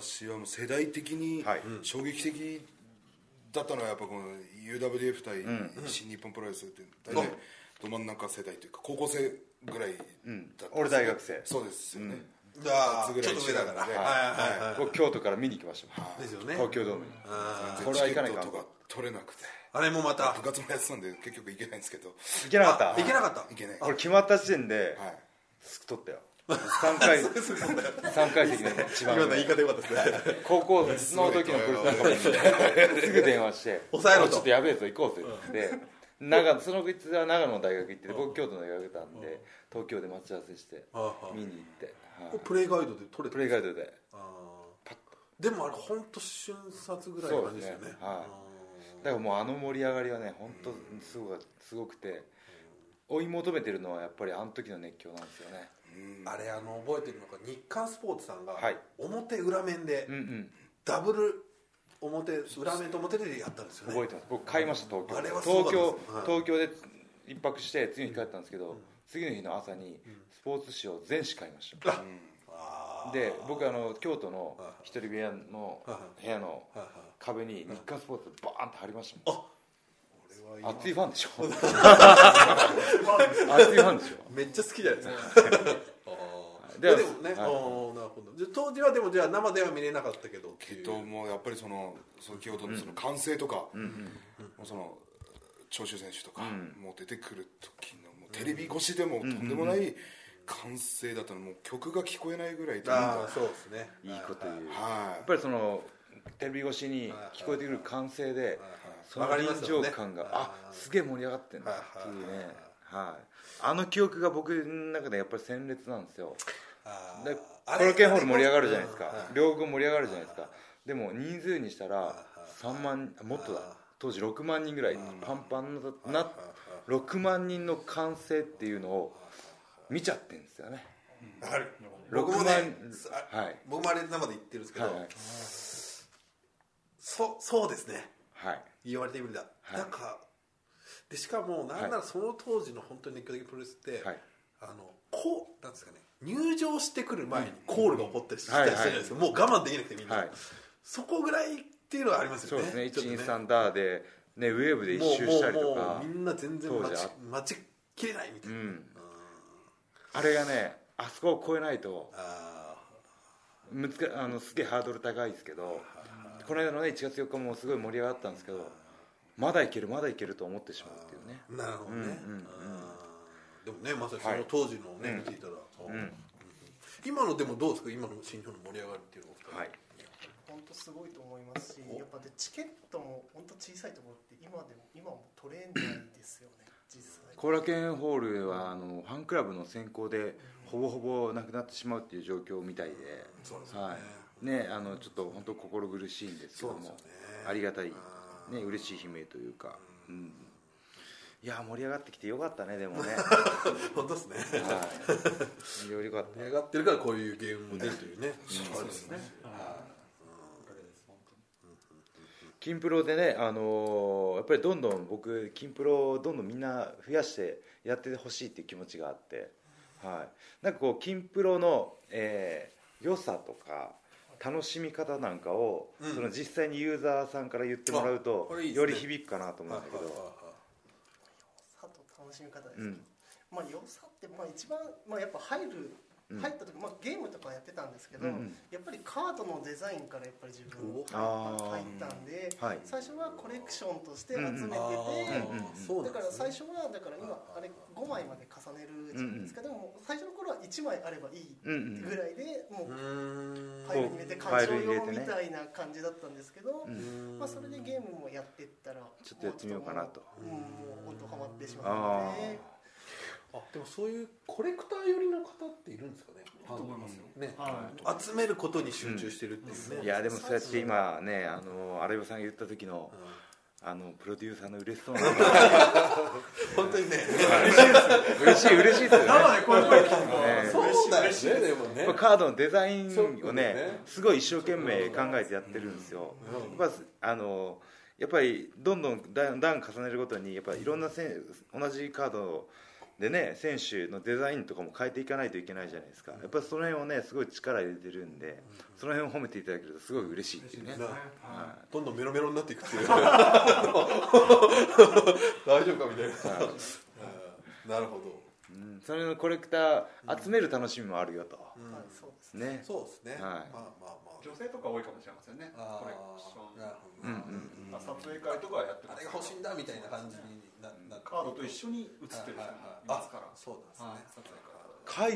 Speaker 4: 私はもう世代的に
Speaker 1: はい
Speaker 4: 衝撃的だったのはやっぱこの UWF 対新日本プロレスって大体ど真ん中世代というか高校生ぐらいだったんですよ
Speaker 1: 俺大学生
Speaker 4: そうですよね
Speaker 2: じゃあ
Speaker 4: 二つぐ
Speaker 2: ちょ
Speaker 4: ら
Speaker 2: っと
Speaker 4: い
Speaker 2: 上
Speaker 4: 違うの
Speaker 2: だ
Speaker 4: で
Speaker 2: からはい
Speaker 4: はい
Speaker 2: はいはい
Speaker 1: 僕京都から見に行きましたもん
Speaker 2: ですよね
Speaker 1: 東京ドームに
Speaker 2: あ
Speaker 1: これは行かない
Speaker 4: チ
Speaker 1: か
Speaker 4: ケッ
Speaker 1: ん
Speaker 4: トと
Speaker 1: と
Speaker 4: か取れなくて
Speaker 2: ーあれもまた
Speaker 4: 部活もやってたんで結局行けないんですけど
Speaker 1: 行けなかった
Speaker 2: いけなか った
Speaker 4: 行けない
Speaker 1: これ決まった時点で、
Speaker 4: はい
Speaker 1: 取ったよ3 回三階席の一番
Speaker 2: 今の
Speaker 1: 上
Speaker 2: 言い方よかったで すね
Speaker 1: 高校の時の時のプロレスなんかもすぐ電話して「
Speaker 2: 抑えろと
Speaker 1: ちょっとやべえぞ行こうぜ」って言って長そのうちは長野の大学行ってて僕京都の大学行ったんで東京で待ち合わせして
Speaker 2: ああ
Speaker 1: 見に行ってはい
Speaker 2: プレイガイドで取れた
Speaker 1: プレイガイドで
Speaker 2: あーでもあれ本当瞬殺ぐらいの感じですよ
Speaker 1: そう
Speaker 2: ね
Speaker 1: ですねはいだからもうあの盛り上がりはね本当すごかすごくて追い求めてるのはやっぱりあの時の熱狂なんですよね
Speaker 2: あれあの覚えてるのが日刊スポーツさんが
Speaker 1: はい
Speaker 2: 表裏面で
Speaker 1: うんうん
Speaker 2: ダブル表裏面と表でやったんですよね
Speaker 1: 覚えてます僕買いました東京
Speaker 2: あれはすごか
Speaker 1: 東
Speaker 2: っ
Speaker 1: 京
Speaker 2: たですはい
Speaker 1: 東京で一泊して次の日帰ったんですけど、次の日の朝にスポーツ紙を全紙買いました、
Speaker 2: あー
Speaker 1: で僕あの京都の
Speaker 2: はい
Speaker 1: 一人部屋の
Speaker 2: は
Speaker 1: 部屋の
Speaker 2: はいはい
Speaker 1: 壁に日刊スポーツバーンと貼りましたも
Speaker 2: 俺
Speaker 1: ん
Speaker 2: は
Speaker 1: 熱いファンでし ょ熱いファンでしょ
Speaker 2: めっちゃ好きじゃないですかあー
Speaker 1: で
Speaker 2: でも
Speaker 1: は
Speaker 2: ね、
Speaker 1: い
Speaker 2: あーなるほどじゃあ当時はでもじゃあ生では見れなかったけどって
Speaker 4: け
Speaker 2: いう
Speaker 4: どもうやっぱりそのその京都のその歓声とか、もうその長州選手とか、もう出てくる時のもうテレビ越しでもとんでもない歓声だったのもう曲が聞こえないぐらいという
Speaker 2: ああ
Speaker 4: か
Speaker 2: そうですね
Speaker 1: いいこと言うや
Speaker 4: は
Speaker 1: っぱりそのテレビ越しに聞こえてくる歓声でその
Speaker 2: わかり
Speaker 1: 臨
Speaker 2: ますよ
Speaker 1: 場
Speaker 2: ね
Speaker 1: 感が、
Speaker 2: はい
Speaker 1: あすげえ盛り上がってんだっていうね、はい、あの記憶が僕の中でやっぱり鮮烈なんですよ
Speaker 2: あ
Speaker 1: で
Speaker 2: あ
Speaker 1: コロケンホール盛り上がるじゃないです
Speaker 2: あれ
Speaker 1: か
Speaker 2: あ
Speaker 1: 両軍盛り上がるじゃないですかでも人数にしたら3万もっとだ当時6万人ぐらいパンパンなな6万人の歓声っていうのを見ちゃってるんですよね
Speaker 2: あれ僕
Speaker 1: 6万
Speaker 2: もねあ
Speaker 1: はい
Speaker 2: 僕もあれ生で言ってるんですけど、
Speaker 1: はい
Speaker 2: そそうですね
Speaker 1: はい
Speaker 2: 言われてみれば、
Speaker 1: い
Speaker 2: なんかでしかもなんならその当時の本当に熱狂的プロレスって、
Speaker 1: はい
Speaker 2: あのこうなんですかね入場してくる前にコールが起こったりしたりするじゃないですか、もう我慢できなくてみんな、
Speaker 1: はい
Speaker 2: そこぐらいっていうのはあります
Speaker 1: そ
Speaker 2: よ
Speaker 1: う
Speaker 2: ね
Speaker 1: ですね
Speaker 2: ちょっと
Speaker 1: 123ダーで、ね、ウェーブで一
Speaker 2: もう
Speaker 1: 周したりと
Speaker 2: もうも
Speaker 1: か
Speaker 2: うみんな全然
Speaker 1: 当
Speaker 2: 待
Speaker 1: 時
Speaker 2: ち
Speaker 1: あ
Speaker 2: 待ちきれないみた
Speaker 1: う
Speaker 2: いな、
Speaker 1: んあれがねあそこを越えないと
Speaker 2: あ
Speaker 1: 難あのすげえハードル高いですけどこの間のね1月4日もすごい盛り上がったんですけどまだいけるまだいけると思ってしまうっていうね
Speaker 2: あなるほどね、
Speaker 1: うんうん
Speaker 2: あーでもねまさにその当時のね、
Speaker 1: はい
Speaker 2: 見ていたら、
Speaker 1: うん
Speaker 2: 今のでもどうですか今の新日本の盛り上がりっていうのは
Speaker 1: はい
Speaker 3: 本当すごいと思いますし、やっぱでチケットも本当小さいところって今でも今も取れないですよね、実際。
Speaker 1: 後楽園ホールはあのファンクラブの選考でほぼほぼなくなってしまうっていう状況みたいで、
Speaker 2: そうですよね、
Speaker 1: はいね、あのちょっと本当心苦しいんですけ
Speaker 2: そ
Speaker 1: ど
Speaker 2: うですよ
Speaker 1: も
Speaker 2: ね、
Speaker 1: ありがたい、ね
Speaker 2: あ、
Speaker 1: 嬉しい悲鳴というか、うん、いや盛り上がってきてよかったねでも ね、
Speaker 2: 本当ですね
Speaker 1: はい、よりよかっ
Speaker 2: 盛り上がってるからこういうゲームも出るというね、そうですね
Speaker 1: た金プロでね、あのーやっぱりどんどん僕金プロをどんどんみんな増やしてやってほしいっていう気持ちがあって、はい、なんかこう金プロの、えー良さとか楽しみ方なんかを、
Speaker 2: うん
Speaker 1: その実際にユーザーさんから言ってもらう
Speaker 2: あ
Speaker 1: と
Speaker 2: これいいです
Speaker 1: よ
Speaker 2: ね
Speaker 1: り響くかなと思
Speaker 2: は
Speaker 1: う
Speaker 2: い
Speaker 1: んだけど、
Speaker 3: あと楽しみ方ですけ
Speaker 1: う
Speaker 3: ど、
Speaker 1: ん
Speaker 3: まあ良さってまあ一番まあやっぱ入る
Speaker 1: うん
Speaker 3: 入った時、まあゲームとかやってたんですけど、
Speaker 1: うんうん
Speaker 3: やっぱりカードのデザインからやっぱり自分
Speaker 1: あー
Speaker 3: 入ったんで、
Speaker 1: はい
Speaker 3: 最初はコレクションとして集めてて。
Speaker 1: うん
Speaker 2: あー
Speaker 1: うんうん
Speaker 2: そうなん
Speaker 3: だか
Speaker 2: で
Speaker 3: ら
Speaker 2: すね
Speaker 3: 最初はだから今あれ5枚まで重ねるじゃないですか、でも最初の頃は1枚あればいい
Speaker 1: うんうん
Speaker 3: ぐらいでも
Speaker 2: う
Speaker 3: う
Speaker 2: ーん
Speaker 3: ファイルに入れて
Speaker 1: こ
Speaker 3: 鑑賞
Speaker 1: ファイルに入れ
Speaker 3: 用
Speaker 1: て
Speaker 3: み
Speaker 1: ね
Speaker 3: たいな感じだったんですけど、
Speaker 1: うん
Speaker 3: まあ、それでゲームもやってったら
Speaker 1: ちょっとやってみようかなと
Speaker 3: もううんもう音ハマってしまったので
Speaker 2: あでもそういうコレクター寄りの方っているんですかね
Speaker 5: と思いますよ
Speaker 2: ね、
Speaker 5: はい
Speaker 2: 集めることに集中してるっていうね、
Speaker 1: いやでもそうやって今ねあの荒岩さんが言った時のあのプロデューサーの嬉しそうな
Speaker 2: 本当にね
Speaker 1: 嬉しい嬉しいですよね
Speaker 5: 生でこういう声聞くの
Speaker 1: ね
Speaker 2: そうだよねでもね
Speaker 1: やっぱカードのデザイン
Speaker 2: そ
Speaker 1: を
Speaker 2: う
Speaker 1: ね
Speaker 2: ね
Speaker 1: すごい一生懸命考えてやってるんですよやっぱあのやっぱりどんどん段段重ねるごとにやっぱいろんなせん同じカードでね選手のデザインとかも変えていかないといけないじゃないですかやっぱその辺をねすごい力入れてるんでその辺を褒めていただけるとすごい嬉しいっていうね
Speaker 2: な
Speaker 1: は
Speaker 2: どんどんメロメロになっていく っていう大丈夫かみたいなうんなるほど
Speaker 1: うんそれのコレクター集める楽しみもあるよと、
Speaker 3: はい、そうですね
Speaker 1: ね
Speaker 2: そうですね、
Speaker 1: はい
Speaker 2: まあまあまあ
Speaker 5: 女性とか多いかもしれませんね
Speaker 2: あ
Speaker 5: コレクシ
Speaker 2: ーなるほ
Speaker 5: ョ
Speaker 2: どね
Speaker 5: ンまあ撮影会とかはやって
Speaker 2: あ
Speaker 5: ます
Speaker 2: れが欲しい
Speaker 5: けど
Speaker 2: んだみたいな感じにななんか
Speaker 5: カードと一緒に写ってる人もいますから
Speaker 2: あそうなん
Speaker 5: はい
Speaker 2: です
Speaker 5: 撮
Speaker 2: ね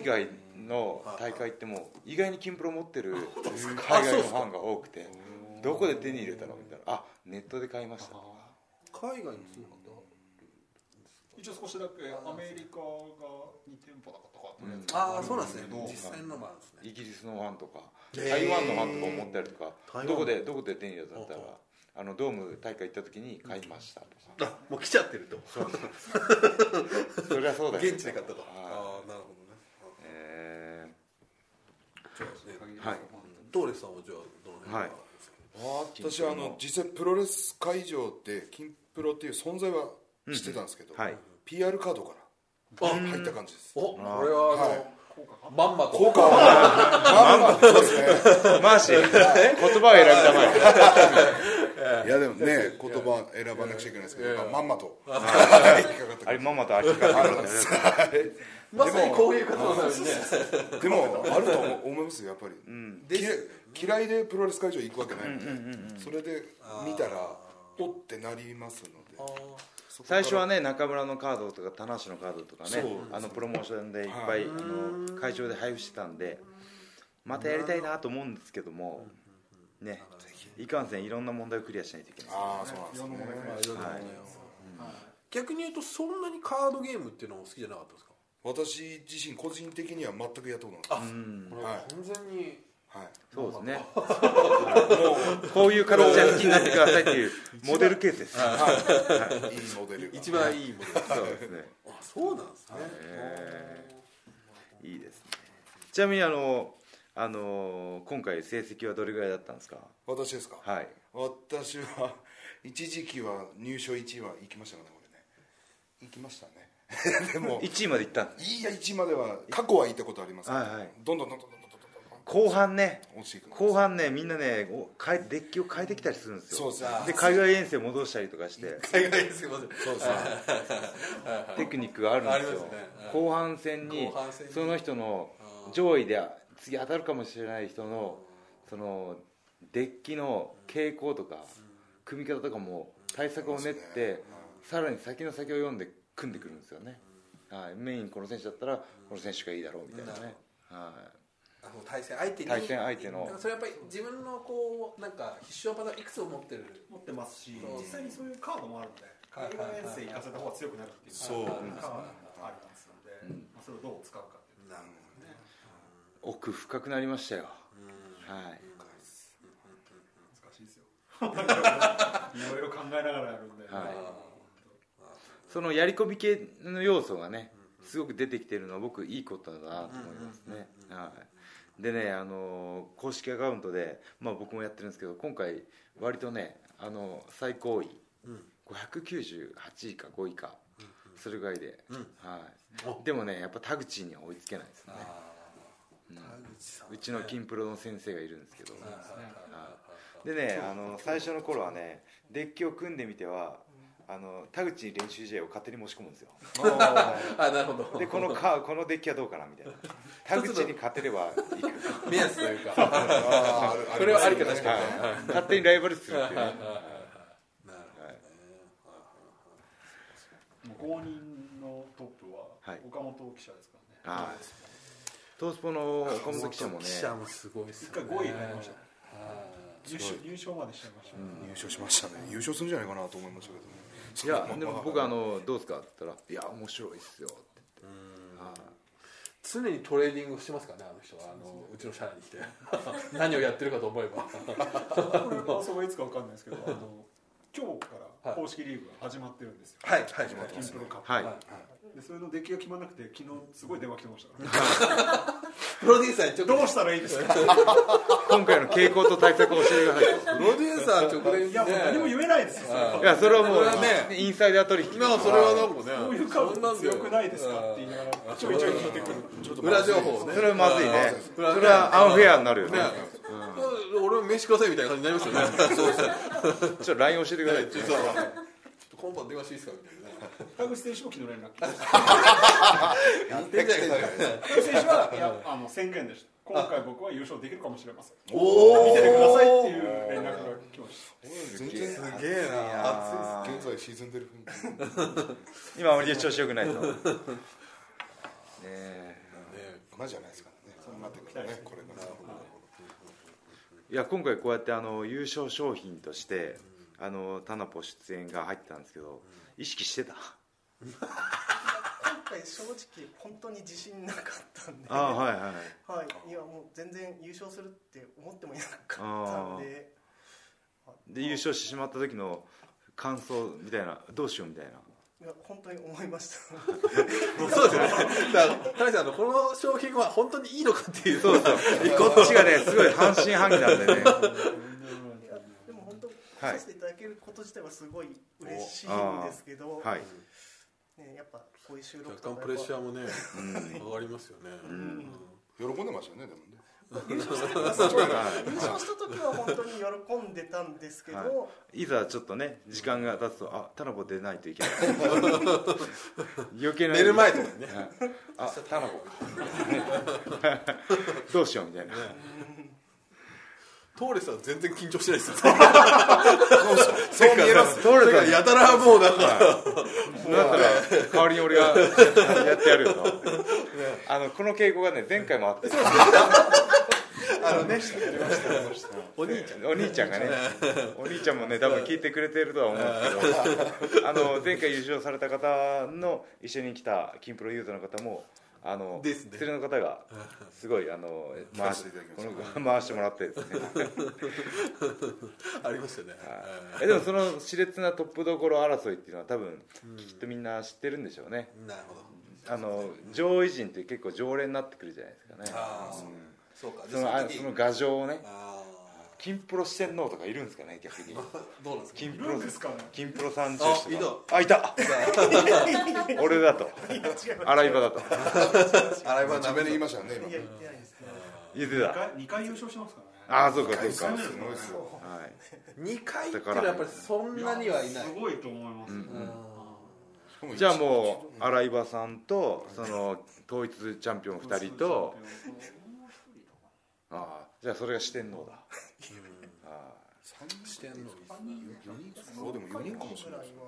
Speaker 5: 影会とか
Speaker 1: 海外の大会ってもう意外に金プロ持 ってる海外のファンが多くてどこで手に入れたのみたいなあネットで買いましたとか
Speaker 2: 海外に住む方
Speaker 5: 一応少しだけアメリカが2店舗だったかとりあえず
Speaker 2: ああそうなんですね
Speaker 5: あるんだけど
Speaker 2: 実際のもあるんですね
Speaker 1: イギリスのファンとか
Speaker 2: へー
Speaker 1: 台湾のファンとか思ったりと
Speaker 2: 台
Speaker 1: か
Speaker 2: 湾
Speaker 1: どこでどこで手に入れたのだったら
Speaker 2: ほうほ
Speaker 1: あのドーム大会行った時に買いましたとか
Speaker 2: あもう来ちゃってると
Speaker 1: そりゃそうだよね
Speaker 2: 現地で買ったと
Speaker 1: はい
Speaker 2: ああなるほどね
Speaker 1: え
Speaker 2: じゃあね
Speaker 1: はい
Speaker 2: トーレスさんはじゃあどの辺が
Speaker 1: はい
Speaker 4: 私はあの実際プロレス会場で金プロっていう存在は知ってたんですけど、
Speaker 1: うんはい
Speaker 4: PR カードから
Speaker 2: あ
Speaker 4: 入った感じです、
Speaker 2: おこれはあのまんまと
Speaker 4: 効果はまあまあそうですね
Speaker 1: ーマー シー言葉を選びたまえ
Speaker 4: いやでもね言葉選ばなくちゃいけないですけど、まんまとはい引っかかった
Speaker 1: あれママと秋川さんです
Speaker 2: まさにこういう方のためにね
Speaker 4: でもあると思思いますよやっぱり、
Speaker 2: です
Speaker 4: 嫌い嫌いでプロレス会場行くわけないので、それで見たらおってなりますので
Speaker 2: あ
Speaker 4: そこか
Speaker 1: 最
Speaker 4: ら
Speaker 1: 初はね中村のカードとか田無のカードとかねあのプロモーションでいっぱい、
Speaker 4: はい
Speaker 1: あの会場で配布してたんでまたやりたいなと思うんですけどもねいかんせんいろんな問題をクリアしないといけない
Speaker 4: ああそうなんですね
Speaker 2: ーまあいろんなものね
Speaker 5: はい
Speaker 2: 逆に言うとそんなにカードゲームっていうのも好きじゃなかったですか
Speaker 4: 私自身個人的には全くやったことなかっ
Speaker 1: うん
Speaker 2: これは完全に
Speaker 4: たはい
Speaker 1: そうですねもうこういう形で好きになってくださいっていうモデルケースですそ
Speaker 4: いいモデルが
Speaker 2: 一番いいものです
Speaker 1: うですね
Speaker 2: あそうなんですね
Speaker 1: いいですねちなみにあのあの今回成績はどれぐらいだったんですか
Speaker 4: 私ですか、
Speaker 1: はい
Speaker 4: 私は一時期は入賞1位は行きましたからね行きましたねでも
Speaker 1: 1位まで行ったんです
Speaker 4: いや1までは過去は行ったことありますけど、
Speaker 1: はいはい
Speaker 4: どんどんどんどんどんどんどんどん
Speaker 1: 後半ね
Speaker 4: 落ちていくんです
Speaker 1: 後半ねみんなねお変えデッキを変えてきたりするんです
Speaker 4: そう
Speaker 1: よ
Speaker 4: ですね
Speaker 1: で海外遠征戻したりとかして
Speaker 2: 海外ですいません
Speaker 4: そうですね
Speaker 1: テクニックがあるんです
Speaker 2: あり
Speaker 1: よ
Speaker 2: ますねはい
Speaker 1: 後半戦に
Speaker 2: 後半戦に
Speaker 1: その人の
Speaker 2: あー
Speaker 1: 上位で次当たるかもしれない人のそのデッキの傾向とか組み方とかも対策を練っ
Speaker 4: そうです
Speaker 1: て
Speaker 4: ね
Speaker 1: さらに先の先を読んで組んでくるんですよね、はい、メインこの選手だったらこの選手がいいだろうみたいなね、はい
Speaker 2: あの対戦相手に
Speaker 1: 対戦相手の
Speaker 2: だからそれやっぱり自分のこうなんか必勝パターンいくつも持ってる
Speaker 5: 持ってますし
Speaker 2: そう
Speaker 5: 実際にそういうカードもあるので
Speaker 2: はい
Speaker 5: 海外遠征行かせた方が強くなるっていう
Speaker 4: そう
Speaker 5: カードがありますので、まあ、それをどう使うかっていう
Speaker 2: なる
Speaker 1: 奥深くなりましたよ、はい
Speaker 5: 難しいです よいろいろ考えながらやるんで、
Speaker 1: はいそのやり込み系の要素がねすごく出てきてるのは僕いいことだなと思いますね、はい、でね、あのー公式アカウントで、まあ、僕もやってるんですけど今回割とね、あの最高位、598位か5位か、それぐらいで、はい、でもねやっぱ田口には追いつけないですねうちの金プロの先生がいるんですけど、はいでねあの最初の頃はねデッキを組んでみてはあの田口に練習試合を勝手に申し込むんですよ
Speaker 2: あなるほど
Speaker 1: でこ のカーこのデッキはどうかなみたいな田口に勝てればいいか
Speaker 2: 目安というか
Speaker 4: あー
Speaker 2: これはありか
Speaker 4: ます
Speaker 2: 確かに
Speaker 4: はい
Speaker 1: な勝手にライバル視するっていうね
Speaker 2: なる
Speaker 5: もう5人のトップ
Speaker 1: は
Speaker 5: はい岡本記者ですからね、
Speaker 1: はいトースポの岡本記者もね
Speaker 2: 記者もすごいです
Speaker 5: 一回5位になりましたね入賞
Speaker 4: す
Speaker 5: 入賞までしちゃいましたね、
Speaker 4: 入賞しましたね優勝するんじゃないかなと思いましたけどね
Speaker 1: いやでも僕あのどうですかって言ったら「いや面白いっすよ」って
Speaker 2: 常にトレーディングをしてますからねあの人はあのうちの社内に 来て何をやってるかと思えば
Speaker 5: これ放送がいつかわかんないですけどあの 今日から公式リーグが始まってるんですよ、
Speaker 2: はいはい
Speaker 4: 始まってま
Speaker 5: 金
Speaker 4: す
Speaker 5: プ
Speaker 4: ね
Speaker 5: ロカップ、
Speaker 1: はい、
Speaker 2: はい
Speaker 5: でそれの出来が決まらなくて昨日すごい電話来てましたから、
Speaker 2: プロデューサーにちょっと
Speaker 5: どうしたらいいですか
Speaker 1: 今回の傾向と対策を教えてくださいと
Speaker 2: プロデューサー直前に
Speaker 5: いやもう何も
Speaker 2: ね
Speaker 5: 言えないですよそれ はい
Speaker 1: やそれはも
Speaker 2: こ
Speaker 1: う
Speaker 2: れはね
Speaker 1: インサイダー取引
Speaker 2: 今はそれはなんかね
Speaker 5: こういうカード強くないですかって言いながらちょいちょい聞いてくる
Speaker 2: 裏情報ね
Speaker 1: それはまずいねそ
Speaker 2: 裏情報
Speaker 1: れはアンフェアになるよね
Speaker 2: ね俺も飯くださいみたいな感じになりますよねそうですね
Speaker 1: ちょっと LINE 教えてください
Speaker 2: ちょっとちょっと今晩電話していいですかみたいなね
Speaker 5: 田口選手も昨日連絡来て
Speaker 2: やってんじゃないですか
Speaker 5: 田口選手はいやあの宣言でした今回僕は優勝できるかもしれません見
Speaker 2: お
Speaker 5: てくださいって いうう連絡が来まし
Speaker 4: 全然
Speaker 2: すげえな
Speaker 4: 現在沈んでる雰囲気
Speaker 1: 今あまり調子よくないとねえ
Speaker 4: 馬じゃないですからね待ってくださいねこれが
Speaker 1: いや今回こうやってあの優勝商品としてあのタナポ出演が入ってたんですけど意識してた
Speaker 3: 今回正直本当に自信なかったんで
Speaker 1: ああはいはい
Speaker 3: はい、いやもう全然優勝するって思ってもいなかったんで
Speaker 1: で優勝してしまった時の感想みたいなどうしようみたいない
Speaker 3: や本当に思いました
Speaker 2: そうですよねだから田中さんあのこの商品は本当にいいのかっていう
Speaker 1: そうそう こっちがねすごい半信半疑なんでね
Speaker 3: いやでも本当
Speaker 1: はい
Speaker 3: させていただけること自体はすごい嬉しいんですけど、
Speaker 1: はい
Speaker 3: ね、やっぱこういう収録
Speaker 2: 若
Speaker 3: と
Speaker 2: 干
Speaker 3: か
Speaker 2: プレッシャ
Speaker 3: やっ
Speaker 2: ーもね上がりますよね
Speaker 4: 喜んでましたよねでもね
Speaker 3: ぱ優勝した時は本当に喜んでたんですけど、
Speaker 1: はいいざちょっとね時間が経つとあタナポ出ないといけない 余計な
Speaker 2: 寝る前とかね
Speaker 1: はいあタナポか どうしようみたいな
Speaker 2: トーレスは全然緊張してないですよ
Speaker 1: そう見えますトーレスは
Speaker 2: やたらもうなんか
Speaker 1: だったら代わりに俺がやってやるよとあのこの傾向がね前回もあって
Speaker 2: あのねお兄ちゃん
Speaker 1: お兄ちゃんがねお兄ちゃんもね多分聞いてくれてるとは思うんですけどあの前回優勝された方の一緒に来た金プロユーザーの方もあの
Speaker 2: ですね
Speaker 1: 連れの方がすごいあの回してこの子回してもらってですね
Speaker 2: ありましたね
Speaker 1: えでもその熾烈なトップどころ争いっていうのは多分きっとみんな知ってるんでしょうね
Speaker 2: なるほど
Speaker 1: あの上位陣って結構常連になってくるじゃないですかね
Speaker 2: ああそうか
Speaker 1: そのあ
Speaker 2: で
Speaker 1: そ
Speaker 2: その
Speaker 1: の
Speaker 2: 時
Speaker 1: 牙城をね
Speaker 2: あ
Speaker 1: 金プロ四天王とかいるんですかね逆に
Speaker 7: どうなんですか
Speaker 1: 金
Speaker 5: い
Speaker 1: プ
Speaker 5: る
Speaker 1: ロ
Speaker 5: んですかね
Speaker 1: 金プロ三十
Speaker 7: あい
Speaker 1: あいた俺だと洗い場だと
Speaker 4: 洗い 場なめで言いましたよね今
Speaker 3: いや、言ってないですね。
Speaker 1: 言ってた
Speaker 5: 2回優勝してますからね
Speaker 1: ああそうかそうか
Speaker 4: すごいですよ
Speaker 1: はい
Speaker 7: 2回っていうのはやっぱりそんなにはいない
Speaker 5: すごいと思います、
Speaker 1: うんじ
Speaker 4: じ
Speaker 1: ゃあもう洗い場さんとその統一チャンピオン2人とああじゃあそれが四天王だあ
Speaker 7: してんの
Speaker 4: そうでも4人かもしれないです
Speaker 3: 今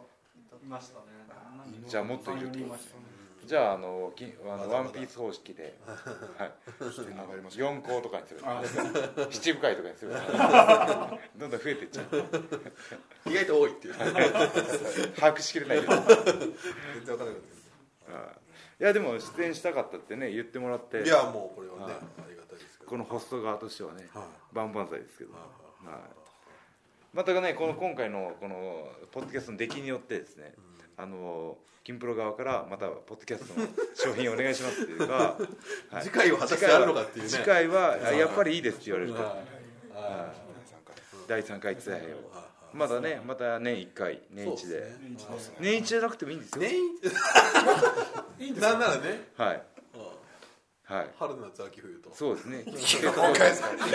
Speaker 5: いましたね
Speaker 1: あじゃあもっといるって
Speaker 5: い
Speaker 1: こ
Speaker 5: ま
Speaker 1: と
Speaker 5: し
Speaker 1: です
Speaker 5: たね
Speaker 1: じゃああのきあ
Speaker 2: まだま
Speaker 1: の
Speaker 2: だ
Speaker 1: ワンピース方式で、はい、
Speaker 4: 四天王がいました
Speaker 1: 4校とかにする
Speaker 5: あ
Speaker 1: 七部会とかにするどんどん増えていっちゃう
Speaker 7: 意外と多いっていう
Speaker 1: 把握しきれないけど
Speaker 2: 全然わからなかっ
Speaker 1: いやでも出演したかったってね言ってもらって
Speaker 2: たですいやもうこれはね
Speaker 1: はい
Speaker 2: ありがたいですけど
Speaker 1: このホスト側としてはね
Speaker 2: はい
Speaker 1: 万々歳ですけど、はい、またねこの今回のこのポッドキャストの出来によってですね、あの金プロ側からまたポッドキャストの商品お願いしますっていうか、はい
Speaker 7: 次回は果たしてあるのかって いうね
Speaker 1: 次回はあやっぱりいいですって言われると、
Speaker 7: はいは
Speaker 1: 第3回ツアーをまだねまた年1回年1で
Speaker 7: そうすね
Speaker 1: 年1じゃなくてもいいんですよ、
Speaker 7: ねいいんですなんならね
Speaker 1: はい
Speaker 7: うん
Speaker 1: はい
Speaker 7: 春夏秋冬と
Speaker 1: そうですね
Speaker 7: いやい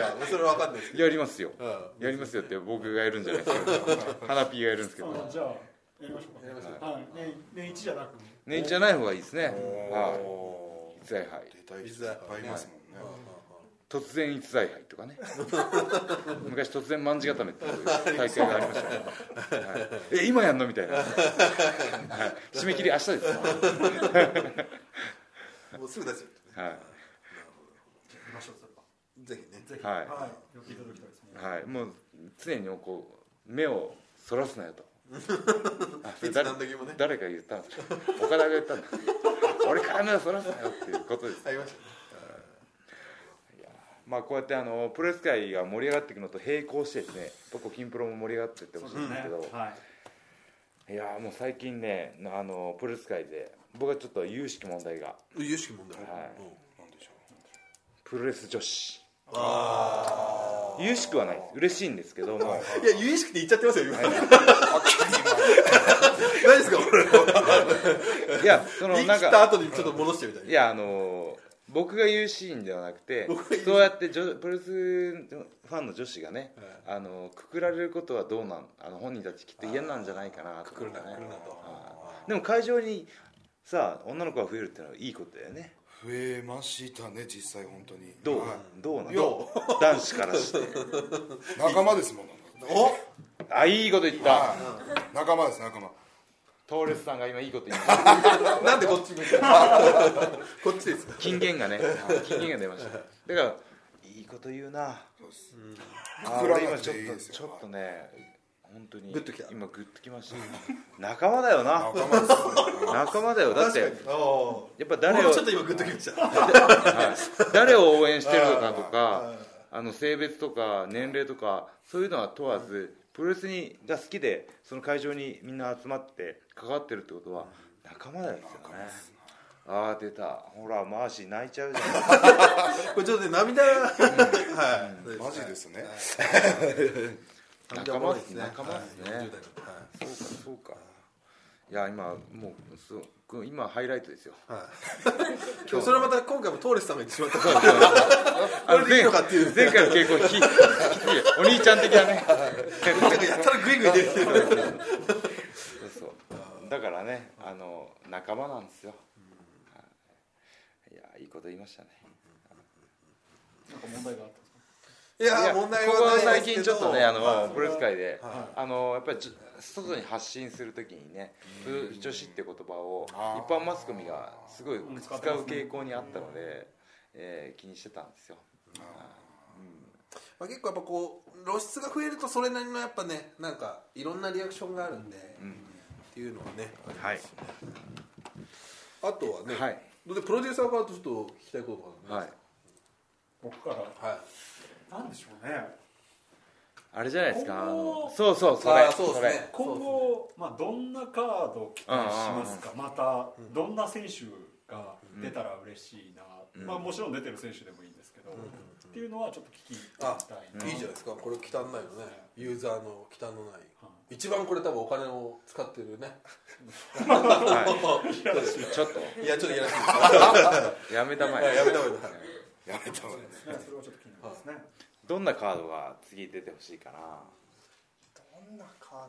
Speaker 7: やそれは分かんないですけ
Speaker 1: やりますよ
Speaker 7: どうん
Speaker 1: やりますよって僕がやるんじゃないですか 花ピーがやるんですけど
Speaker 5: じゃあやりましょうかはい年年一じゃなく
Speaker 1: 年1じゃない方がいいですねはい
Speaker 4: お
Speaker 1: 逸材杯
Speaker 4: 出たい人いっぱいいますもんね
Speaker 1: 突然逸材杯とかね昔突然卍固めっていう大会がありましたね、はいえ今やんのみたいな、はい締め切り明日ですよ
Speaker 2: もうすぐ出しちゃう
Speaker 1: は
Speaker 5: やりましょうそれは
Speaker 2: ぜひね
Speaker 5: ぜひ
Speaker 1: はい
Speaker 5: やっていただきたいですね
Speaker 1: い、はい、もう常にこう目をそらすなよとあそ
Speaker 2: い
Speaker 1: れ
Speaker 2: つ
Speaker 1: 誰
Speaker 2: 何時もね
Speaker 1: 誰か言ったんですか岡田が言ったんだ 俺から目をそらすなよっていうことです
Speaker 2: ありました
Speaker 1: まあこうやってあのプロレス界が盛り上がっていくのと並行してですねどこ金プロも盛り上がっていってほしいんですけど、
Speaker 5: はい
Speaker 1: いやーもう最近ねあのプロレス界で僕はちょっと有識問題が
Speaker 2: 有識問題
Speaker 1: はい
Speaker 2: うん
Speaker 4: なんでしょう
Speaker 1: プロレス女子有識はないです嬉しいんですけども
Speaker 7: いや由々しくて言っちゃってますよ 今
Speaker 2: 何ですかこれ
Speaker 1: いやその
Speaker 7: 言い切
Speaker 1: なん
Speaker 7: った
Speaker 1: か
Speaker 7: 後にちょっと戻してみたい
Speaker 1: い
Speaker 7: な
Speaker 1: やあのー僕が言うシーンではなくてそうやって女プロレスファンの女子がね、あのーくくられることはどうなんあの本人たちきっと嫌なんじゃないかなとかねはいでも会場にさ女の子が増えるってのはいいことだよね
Speaker 4: 増えましたね実際本当に
Speaker 1: どう、
Speaker 4: はい
Speaker 1: どうなの
Speaker 7: よ
Speaker 1: 男子からして
Speaker 4: 仲間ですもんお
Speaker 1: あいいこと言った
Speaker 4: 仲間です仲間
Speaker 1: トーレスさんが今いいこと言いました
Speaker 7: なんでこっち向いてる こっちです
Speaker 1: 金言がね金言が出ましただからいいこと言うな
Speaker 4: そうです
Speaker 1: あー
Speaker 4: 膨
Speaker 1: 俺
Speaker 4: らま
Speaker 1: 今
Speaker 4: なく
Speaker 1: ちょって
Speaker 4: いい
Speaker 1: と
Speaker 4: ですよ
Speaker 1: ちょっとね本当に
Speaker 7: グッときた
Speaker 1: 今グッときました仲間だよな
Speaker 4: 仲間です
Speaker 1: 仲間だよだってや
Speaker 7: ああ
Speaker 1: っぱ誰を
Speaker 7: ちょっと今グッときました
Speaker 1: はい誰を応援してるのかとかあの性別とか年齢とかそういうのは問わずプロレスにが好きでその会場にみんな集まって関わってるってことは仲間だよねああ出たほらマーシー泣いちゃうじゃん
Speaker 7: これちょっとね涙はい
Speaker 4: マジですね
Speaker 1: 仲間ですね
Speaker 7: 仲
Speaker 1: 仲間ですね
Speaker 7: はい
Speaker 1: そうかそうかいや今もうすごい今ハイライトですよ
Speaker 7: 今日それはまた今回もトーレスさんが言ってしまったから
Speaker 1: あの
Speaker 7: これでいい
Speaker 1: 前
Speaker 7: のかっていう
Speaker 1: 前回の傾向ひひお兄ちゃん的なね
Speaker 7: やったらグイグイ出てる
Speaker 1: そうそうだからねあの仲間なんですよはいいやいいこと言いましたね
Speaker 5: なんか問題があった
Speaker 7: い
Speaker 1: い
Speaker 7: や問題
Speaker 1: ここ
Speaker 7: はない
Speaker 1: 最
Speaker 7: ですけ
Speaker 1: 近
Speaker 7: ど
Speaker 1: ちょっとねあ
Speaker 7: は
Speaker 1: の
Speaker 7: い
Speaker 1: プロレス界で
Speaker 7: は
Speaker 1: あのやっぱりじ外に発信するときにね普通女子って言葉を
Speaker 4: あ
Speaker 1: 一
Speaker 4: ー
Speaker 1: 般マスコミがすごい
Speaker 5: ん
Speaker 1: 使
Speaker 5: 使
Speaker 1: う
Speaker 5: ってますね
Speaker 1: 傾向にあったのでえー気にしてたんですよ
Speaker 7: まあ、結構やっぱこう露出が増えるとそれなりのやっぱねなんかいろんなリアクションがあるんで、っていうのはね
Speaker 1: はい
Speaker 7: あとはね、
Speaker 1: はい
Speaker 7: でプロデューサーからちょっと聞きたいことがある
Speaker 1: はい
Speaker 7: んで
Speaker 5: 僕から
Speaker 7: はい
Speaker 5: なんでしょうね
Speaker 1: あれじゃないですかあ
Speaker 5: 今
Speaker 1: の
Speaker 5: 後
Speaker 1: そうそうそれ
Speaker 7: あーそうですね
Speaker 1: れ
Speaker 5: 今後、まあ、どんなカードを期待しますか、またどんな選手が出たら嬉しいな、まあ、もちろん出てる選手でもいいんですけど、っていうのはちょっと聞きたいな、
Speaker 2: いいじゃないですかこれ汚ないよねユーザーの汚のない
Speaker 5: は
Speaker 2: 一番これ多分お金を使ってるね
Speaker 1: ちょっと
Speaker 2: いやちょっといやらしい
Speaker 1: やめたま
Speaker 2: です
Speaker 1: え
Speaker 2: やめた方がいいな
Speaker 4: やめた
Speaker 5: いそ
Speaker 4: わ
Speaker 5: うですねそれはちょっと気になりますね、
Speaker 1: どんなカードが次出てほしいかな
Speaker 3: どんなカード、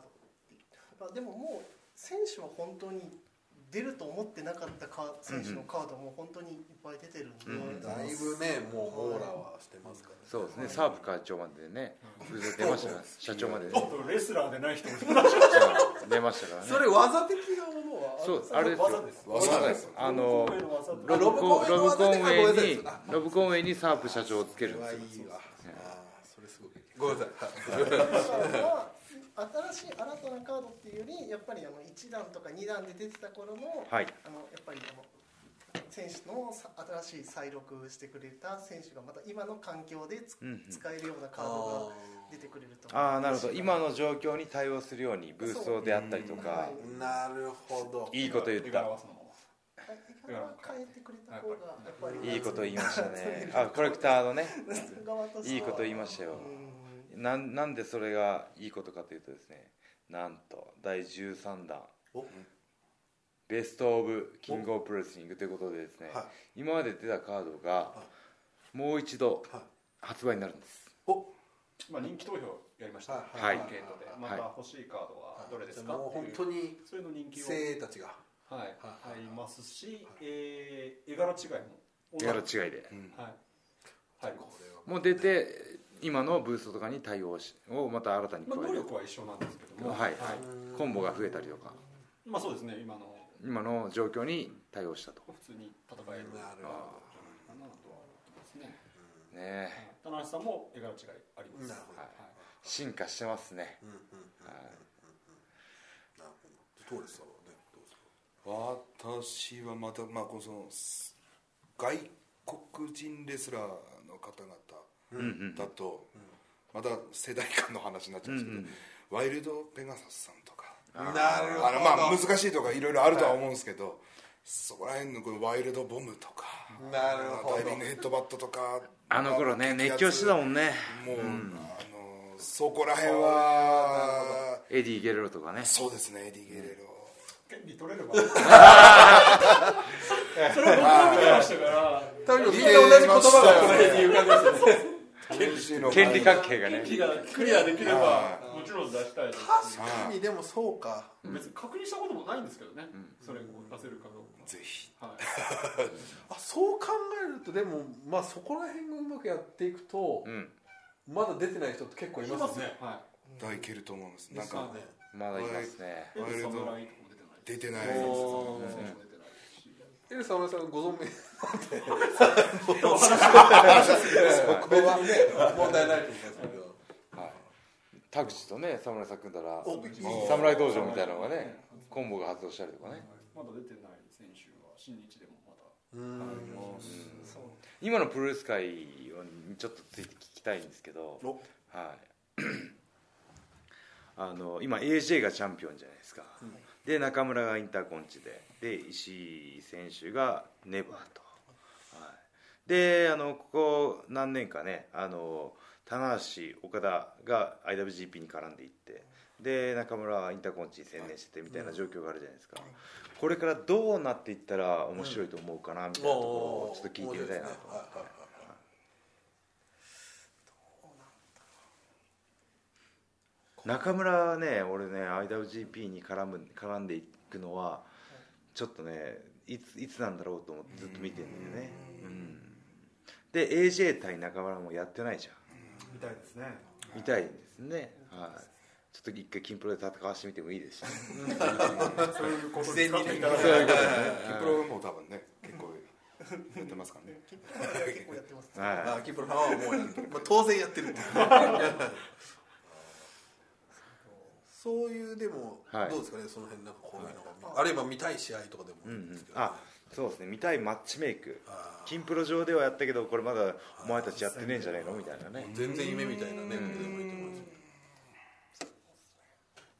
Speaker 3: まあ、でももう選手は本当に出ると思ってなかったカ選手のカードも本当にいっぱい出てるんで、
Speaker 1: うん
Speaker 2: だいぶねもう網羅はしてますから
Speaker 1: そうですねサーブ会長までね出ましたから社長までね
Speaker 5: ちょっとレスラーでない人も
Speaker 1: 出ましたからね
Speaker 2: それ技的なものは
Speaker 1: そうあれですよ
Speaker 4: 技です
Speaker 1: あの
Speaker 5: 今回の技と
Speaker 1: ロブコンロブコンウ
Speaker 2: ごめんなさ
Speaker 1: ェイ
Speaker 2: い
Speaker 1: にロブコンウェイにサープ社長をつけるんですよ
Speaker 2: いいわあーそれすごいごめんなさい
Speaker 3: だからまあ新しい新たなカードっていうよりやっぱりあの1段とか2段で出てた頃の,、
Speaker 1: はい
Speaker 3: あのやっぱりあの選手のさ新しい再録してくれた選手がまた今の環境でつ、
Speaker 1: うんうん
Speaker 3: 使えるようなカード
Speaker 2: あ
Speaker 3: が出てくれると
Speaker 1: ああなるほど今の状況に対応するようにブースをであったりとか
Speaker 3: そう
Speaker 2: ーなるほど
Speaker 1: いいこと言っ
Speaker 5: 湯川
Speaker 1: た
Speaker 5: はそのまま
Speaker 3: 変えてくれた方がやっぱり
Speaker 1: いいこと言いましたねあコレクターのね
Speaker 3: 側としてはい
Speaker 1: いこと言いましたよ
Speaker 3: うん
Speaker 1: なんなんでそれがいいことかというとですねなんと第13弾
Speaker 2: お
Speaker 1: ベスト・オブ・キング・オブ・プロレスリングということでですね、
Speaker 2: はい
Speaker 1: 今まで出たカードがもう一度
Speaker 2: はい
Speaker 1: 発売になるんです、
Speaker 2: お
Speaker 5: まあ、人気投票やりましたね、
Speaker 1: はい
Speaker 5: アンケートで、また欲しいカードはどれですか
Speaker 2: もう
Speaker 5: って
Speaker 2: 本
Speaker 5: いう
Speaker 2: 当に
Speaker 5: そういうの人気を、
Speaker 2: 精鋭たちが
Speaker 5: はい、
Speaker 2: はい
Speaker 5: 入りますし、えー絵柄違いも
Speaker 1: 絵柄違いで、
Speaker 5: はい入りま
Speaker 2: こ
Speaker 5: す
Speaker 2: れは
Speaker 1: もう出て今のブーストとかに対応しをまた新たに加
Speaker 5: まあ、
Speaker 1: え
Speaker 5: 能
Speaker 1: る、
Speaker 5: 力は一緒なんですけども、
Speaker 1: はいコンボが増えたりとか
Speaker 5: まあそうですね今の
Speaker 1: 今の状況に対応したと
Speaker 5: 普通に戦える
Speaker 2: なるほ
Speaker 5: かなとは思ってますね
Speaker 1: ねえ
Speaker 5: 田中さんも絵柄違いあります
Speaker 2: なるほど
Speaker 5: はい
Speaker 1: 進化してますね、
Speaker 2: うんうん
Speaker 1: はい
Speaker 2: なるほどトーレスさんはねどうですか
Speaker 4: 私はまた、まあ、このそのす外国人レスラーの方々だと、また世代間の話になっちゃうんですけど、ワイルドペガサスさんとか
Speaker 2: なる
Speaker 4: あのまあ難しいとかいろいろあるとは思うんですけど、そこら辺のこのワイルドボムとか
Speaker 2: なるほど
Speaker 4: ダイビングヘッドバットとか
Speaker 1: あの頃ね熱狂してたもんね
Speaker 4: もう、あのそこら辺は
Speaker 1: エディ・ゲレロとかね
Speaker 4: そうですねエディ・ゲレロ、
Speaker 5: 権利取れ れば それを僕も見てましたから
Speaker 2: 多分みんな同じ言葉がこの辺に浮かんでますよね
Speaker 1: 権利関係がね
Speaker 5: 権利がクリアできればもちろん出したいですし
Speaker 2: 確かにでもそうか
Speaker 5: 別に確認したこともないんですけどね、それを出せるかどうか
Speaker 4: ぜひ
Speaker 5: はい
Speaker 2: あそう考えるとでもまあそこら辺がうまくやっていくと
Speaker 1: うん
Speaker 2: まだ出てない人って結構い
Speaker 5: い
Speaker 2: ますね
Speaker 5: は
Speaker 4: 大いけると思います
Speaker 5: い。
Speaker 4: なんか
Speaker 5: ね、
Speaker 1: まだいますね
Speaker 5: エルサムライとかも出
Speaker 4: 出
Speaker 5: て
Speaker 4: てない
Speaker 5: ない。
Speaker 2: お
Speaker 5: 選手も出てないし。
Speaker 2: エルサムライさんご存命
Speaker 1: はい
Speaker 2: 別にね問題ないと思いますけど
Speaker 1: 田口とね侍さん組んだら
Speaker 2: お
Speaker 1: 侍道場みたいなのがねコンボが発動したりとかね
Speaker 5: まだ出てない選手は新日でもまだ
Speaker 2: うん
Speaker 3: そう
Speaker 1: 今のプロレス界をちょっとついて聞きたいんですけど
Speaker 2: お
Speaker 1: はいあの今 AJ がチャンピオンじゃないですか、で中村がインターコンチでで石井選手がネバーと、はい、であのここ何年かねあの棚橋岡田が IWGP に絡んでいってで中村はインターコンチに専念しててみたいな状況があるじゃないですか、これからどうなっていったら面白いと思うかなみたいなところをちょっと聞いてみたいなと
Speaker 2: 面白ですねはいはいはいはい
Speaker 1: 中村はね俺ね IWGP に絡む絡んでいくのはちょっとねいついつなんだろうと思ってずっと見てるんだよねうんで AJ 対中村もやってないじゃ
Speaker 5: みたいですね。
Speaker 1: ん見たいですねはいちょっと一回金プロで戦わしてみてもいいですしね
Speaker 5: そういうことに使っていただ
Speaker 1: そういうことで
Speaker 4: キプロも多分ね結構やってますからね
Speaker 3: キックボードは結構やってます
Speaker 1: すねは
Speaker 2: あキプロさんはもうやってる、まあ、当然やってるっていうそういうでも、
Speaker 1: はい
Speaker 2: どうですかねその辺なんかこういうのが、あるいは見たい試合とかで
Speaker 1: い、う
Speaker 2: もい
Speaker 1: ん
Speaker 2: い
Speaker 1: うん
Speaker 2: です
Speaker 1: ん
Speaker 2: け、ど、
Speaker 1: あそうですね見たいマッチメイク
Speaker 2: あ
Speaker 1: 金プロ上ではやったけどこれまだお前たちやってねえんじゃねえのみたいなね
Speaker 2: 全然夢みたいなねことでもいいと思います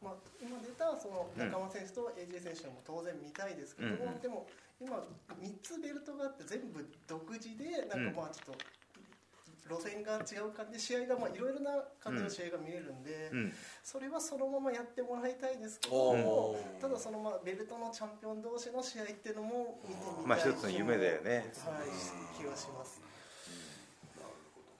Speaker 3: まあ、今出たその中間選手と AJ 選手も当然見たいですけども、
Speaker 1: うんうん
Speaker 3: でも今3つベルトがあって全部独自でなんかまあちょっと路線が違う感じで試合がまあいろいろな感じの試合が見えるんで、
Speaker 1: うん
Speaker 3: それはそのままやってもらいたいですけど
Speaker 2: お
Speaker 3: も
Speaker 2: ー
Speaker 3: ただそのまあベルトのチャンピオン同士の試合っていうのも見てみたい
Speaker 1: まあ一つの夢だよね
Speaker 3: はい気はします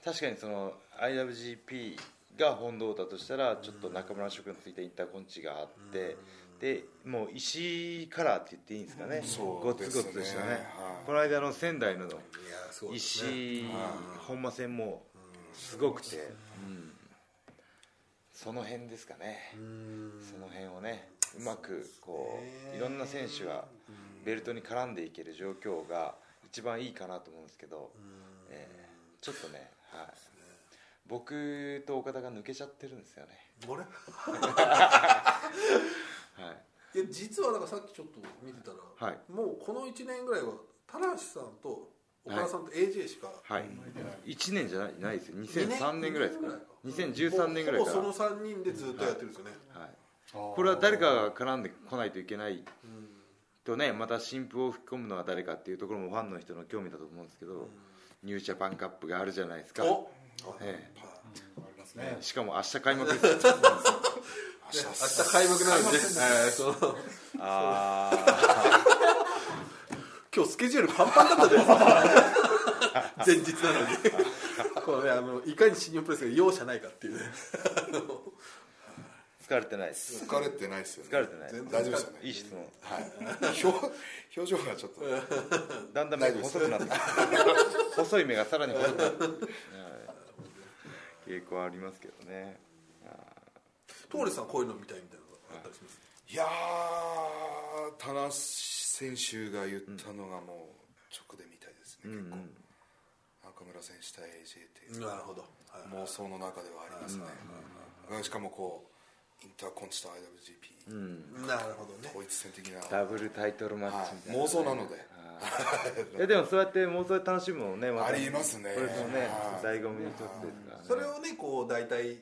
Speaker 1: 確かにその IWGP が本堂だとしたらちょっと中村諸君のついたインターコンチがあってでもう石カラーって言っていいんですかね
Speaker 4: そう
Speaker 1: ゴ
Speaker 4: で
Speaker 1: ツ
Speaker 4: すね
Speaker 1: ゴツでしたね、
Speaker 4: はい
Speaker 1: この間の仙台の
Speaker 2: いやそうですね
Speaker 1: 石本間戦もすごくて、うんその辺ですかねその辺をねうまくこういろんな選手がベルトに絡んでいける状況が一番いいかなと思うんですけど、えーちょっとね、はい、僕と岡田が抜けちゃってるんですよね、
Speaker 2: あれ
Speaker 1: はい、
Speaker 2: いや実はなんかさっきちょっと見てたら、
Speaker 1: はい
Speaker 2: もうこの1年ぐらいは田無さんと岡田さんと AJ しか、
Speaker 1: はい、1年じゃないないですよ
Speaker 2: 2003
Speaker 1: 2003年ぐらいですか2013年ぐらい
Speaker 2: もう
Speaker 1: か
Speaker 2: ほ
Speaker 1: ら、
Speaker 2: ぼその3人でずっとやってるんですよね、
Speaker 1: はい、これは誰かが絡んでこないといけない
Speaker 2: うん
Speaker 1: とねまた新婦を吹き込むのは誰かっていうところもファンの人の興味だと思うんですけど、ニュージャパンカップがあるじゃないですか、
Speaker 2: お
Speaker 1: え
Speaker 5: あります
Speaker 1: え
Speaker 5: ね
Speaker 1: しかも明日開幕です
Speaker 4: 明日
Speaker 2: 明日開幕なんですね、えーその
Speaker 1: ああ
Speaker 2: 今日スケジュールパンパンだ ったじゃないですか前日なのにこうねあのいかに新日本プロレスが容赦ないかっていうねあの
Speaker 1: 疲れてないです
Speaker 4: 疲れてないですよね
Speaker 1: 疲れてない
Speaker 4: 全然大丈夫ですよね
Speaker 1: いい質問
Speaker 4: はい表表情がちょっと
Speaker 1: だんだん目が細くなってきた細い目がさらに細くなってきた、はい傾向はありますけどね
Speaker 2: トーレさんこういうの見たいみたいなのがあったりします、
Speaker 4: いやー田中選手が言ったのがもう直で見たいですね、結構中村選手対 AJ っていう
Speaker 2: なるほど、はい
Speaker 4: 妄想の中ではありますね、しかもこうインターコンチと IWGP、
Speaker 2: なるほどね
Speaker 4: 統一戦的な、
Speaker 1: ダブルタイトルマッチみたいな、
Speaker 4: 妄想なので、
Speaker 1: いやでもそうやって妄想で楽しむのもねまた
Speaker 4: ありますね
Speaker 1: これもね
Speaker 4: はい
Speaker 1: 醍醐味の一つですからね
Speaker 2: それをねこう大体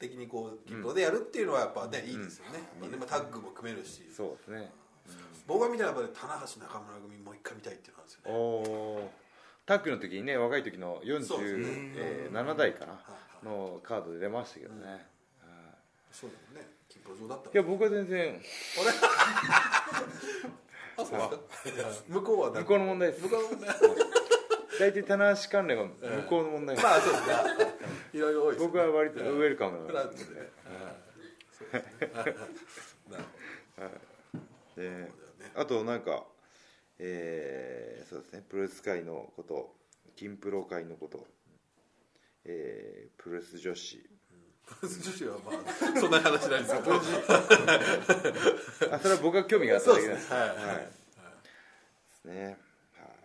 Speaker 2: 的にこう均等でやるっていうのはやっぱね、いいですよね、まあでもタッグも組めるし
Speaker 1: そうですね
Speaker 2: 僕が見たらやっぱり棚橋中村組もう一回見たいっていうのがあるんですよね
Speaker 1: おータッグの時にね若い時の
Speaker 2: そうですね
Speaker 1: 47、えー7代かなのカードで出ましたけどね、はい
Speaker 2: そうだもんね金峰上だった
Speaker 1: いや僕は全然
Speaker 2: あそうですか向こうは
Speaker 1: 向こうの問題です
Speaker 2: 向こうの問題
Speaker 1: 大体棚橋関連は向こうの問題です、
Speaker 2: まあそうですねいろいろ多いです、ね、
Speaker 1: 僕は割とウェルカムな
Speaker 2: フ
Speaker 1: の
Speaker 2: ラットでねそうですねなる
Speaker 1: であとなんかえーそうですねプロレス界のこと金プロ界のことえープロレス女子
Speaker 2: ほど女子はまあそんな話ないんですけど
Speaker 1: あそれは僕が興味があった
Speaker 2: そう
Speaker 1: だ
Speaker 2: で
Speaker 1: け
Speaker 2: す
Speaker 1: な
Speaker 2: ね
Speaker 1: んですは
Speaker 2: はい、
Speaker 1: いですねはい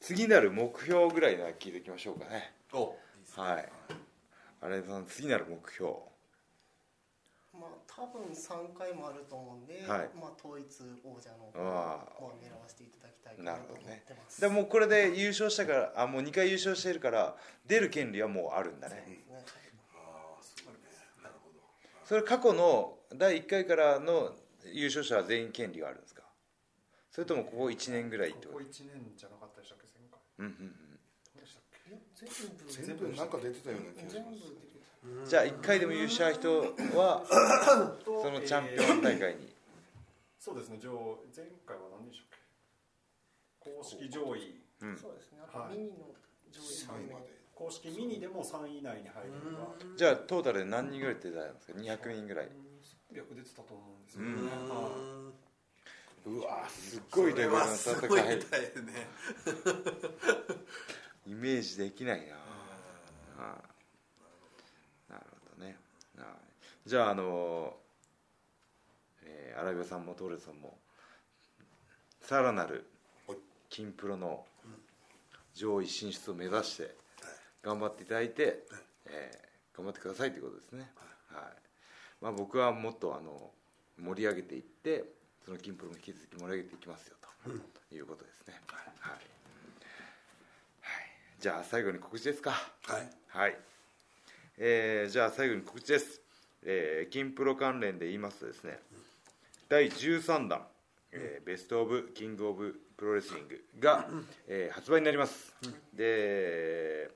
Speaker 1: 次なる目標ぐらいなら聞いていきましょうかね
Speaker 2: おいいですね
Speaker 1: はい荒井さん次なる目標
Speaker 3: まあ多分3回もあると思うんで、
Speaker 1: はい
Speaker 3: まあ統一王者の
Speaker 1: ああ
Speaker 3: まあ狙わせていただきたいか
Speaker 1: な
Speaker 3: な
Speaker 1: るほ
Speaker 3: と思
Speaker 1: ど
Speaker 3: っ
Speaker 1: ね
Speaker 3: てます
Speaker 1: でもうこれで優勝したからあもう2回優勝してるから出る権利はもうあるんだね
Speaker 3: ね
Speaker 1: それ過去の第1回からの優勝者は全員権利があるんですかそれともここ1年ぐらいって
Speaker 5: こ
Speaker 1: こ
Speaker 5: こと一年じゃなかったでしたっけ前回
Speaker 1: うんうんうん
Speaker 5: どうでしたっけ
Speaker 3: いや全部
Speaker 4: 全部なんか出てたような気がし
Speaker 3: 全
Speaker 4: ま
Speaker 3: 部
Speaker 4: す
Speaker 3: 出てる
Speaker 1: じゃあ1回でも優勝した人はそのチャンピオン大会に
Speaker 5: そうですね上前回は何でしたっけ公式上位
Speaker 1: うん
Speaker 3: そうですねあとミニの上
Speaker 4: 3
Speaker 3: 位
Speaker 4: 位
Speaker 3: の
Speaker 4: まで
Speaker 5: 公式ミニでも3位以内に入れば
Speaker 1: じゃあトータルで何人ぐらい出たんですか200人ぐらい
Speaker 5: 略出てたと思うんです
Speaker 1: う
Speaker 5: よね、
Speaker 1: ん
Speaker 5: は
Speaker 1: うわーすっごいレベルの
Speaker 2: す
Speaker 1: 戦
Speaker 2: ごいみたい
Speaker 1: い
Speaker 2: ね
Speaker 1: イメージできないなはいなるほどねはいじゃああのえー、荒部さんもトーレさんもさらなる金プロの上位進出を目指して頑張っていただいて、えー頑張ってくださいということですね、はいまあ、僕はもっとあの盛り上げていってその金プロも引き続き盛り上げていきますよということですね、はいはい、じゃあ最後に告知ですか
Speaker 2: はい
Speaker 1: はい、えーじゃあ最後に告知です、えー、金プロ関連で言いますとですね第13弾、ええーベスト・オブ・キング・オブ・プロレスリングが、えー発売になります、で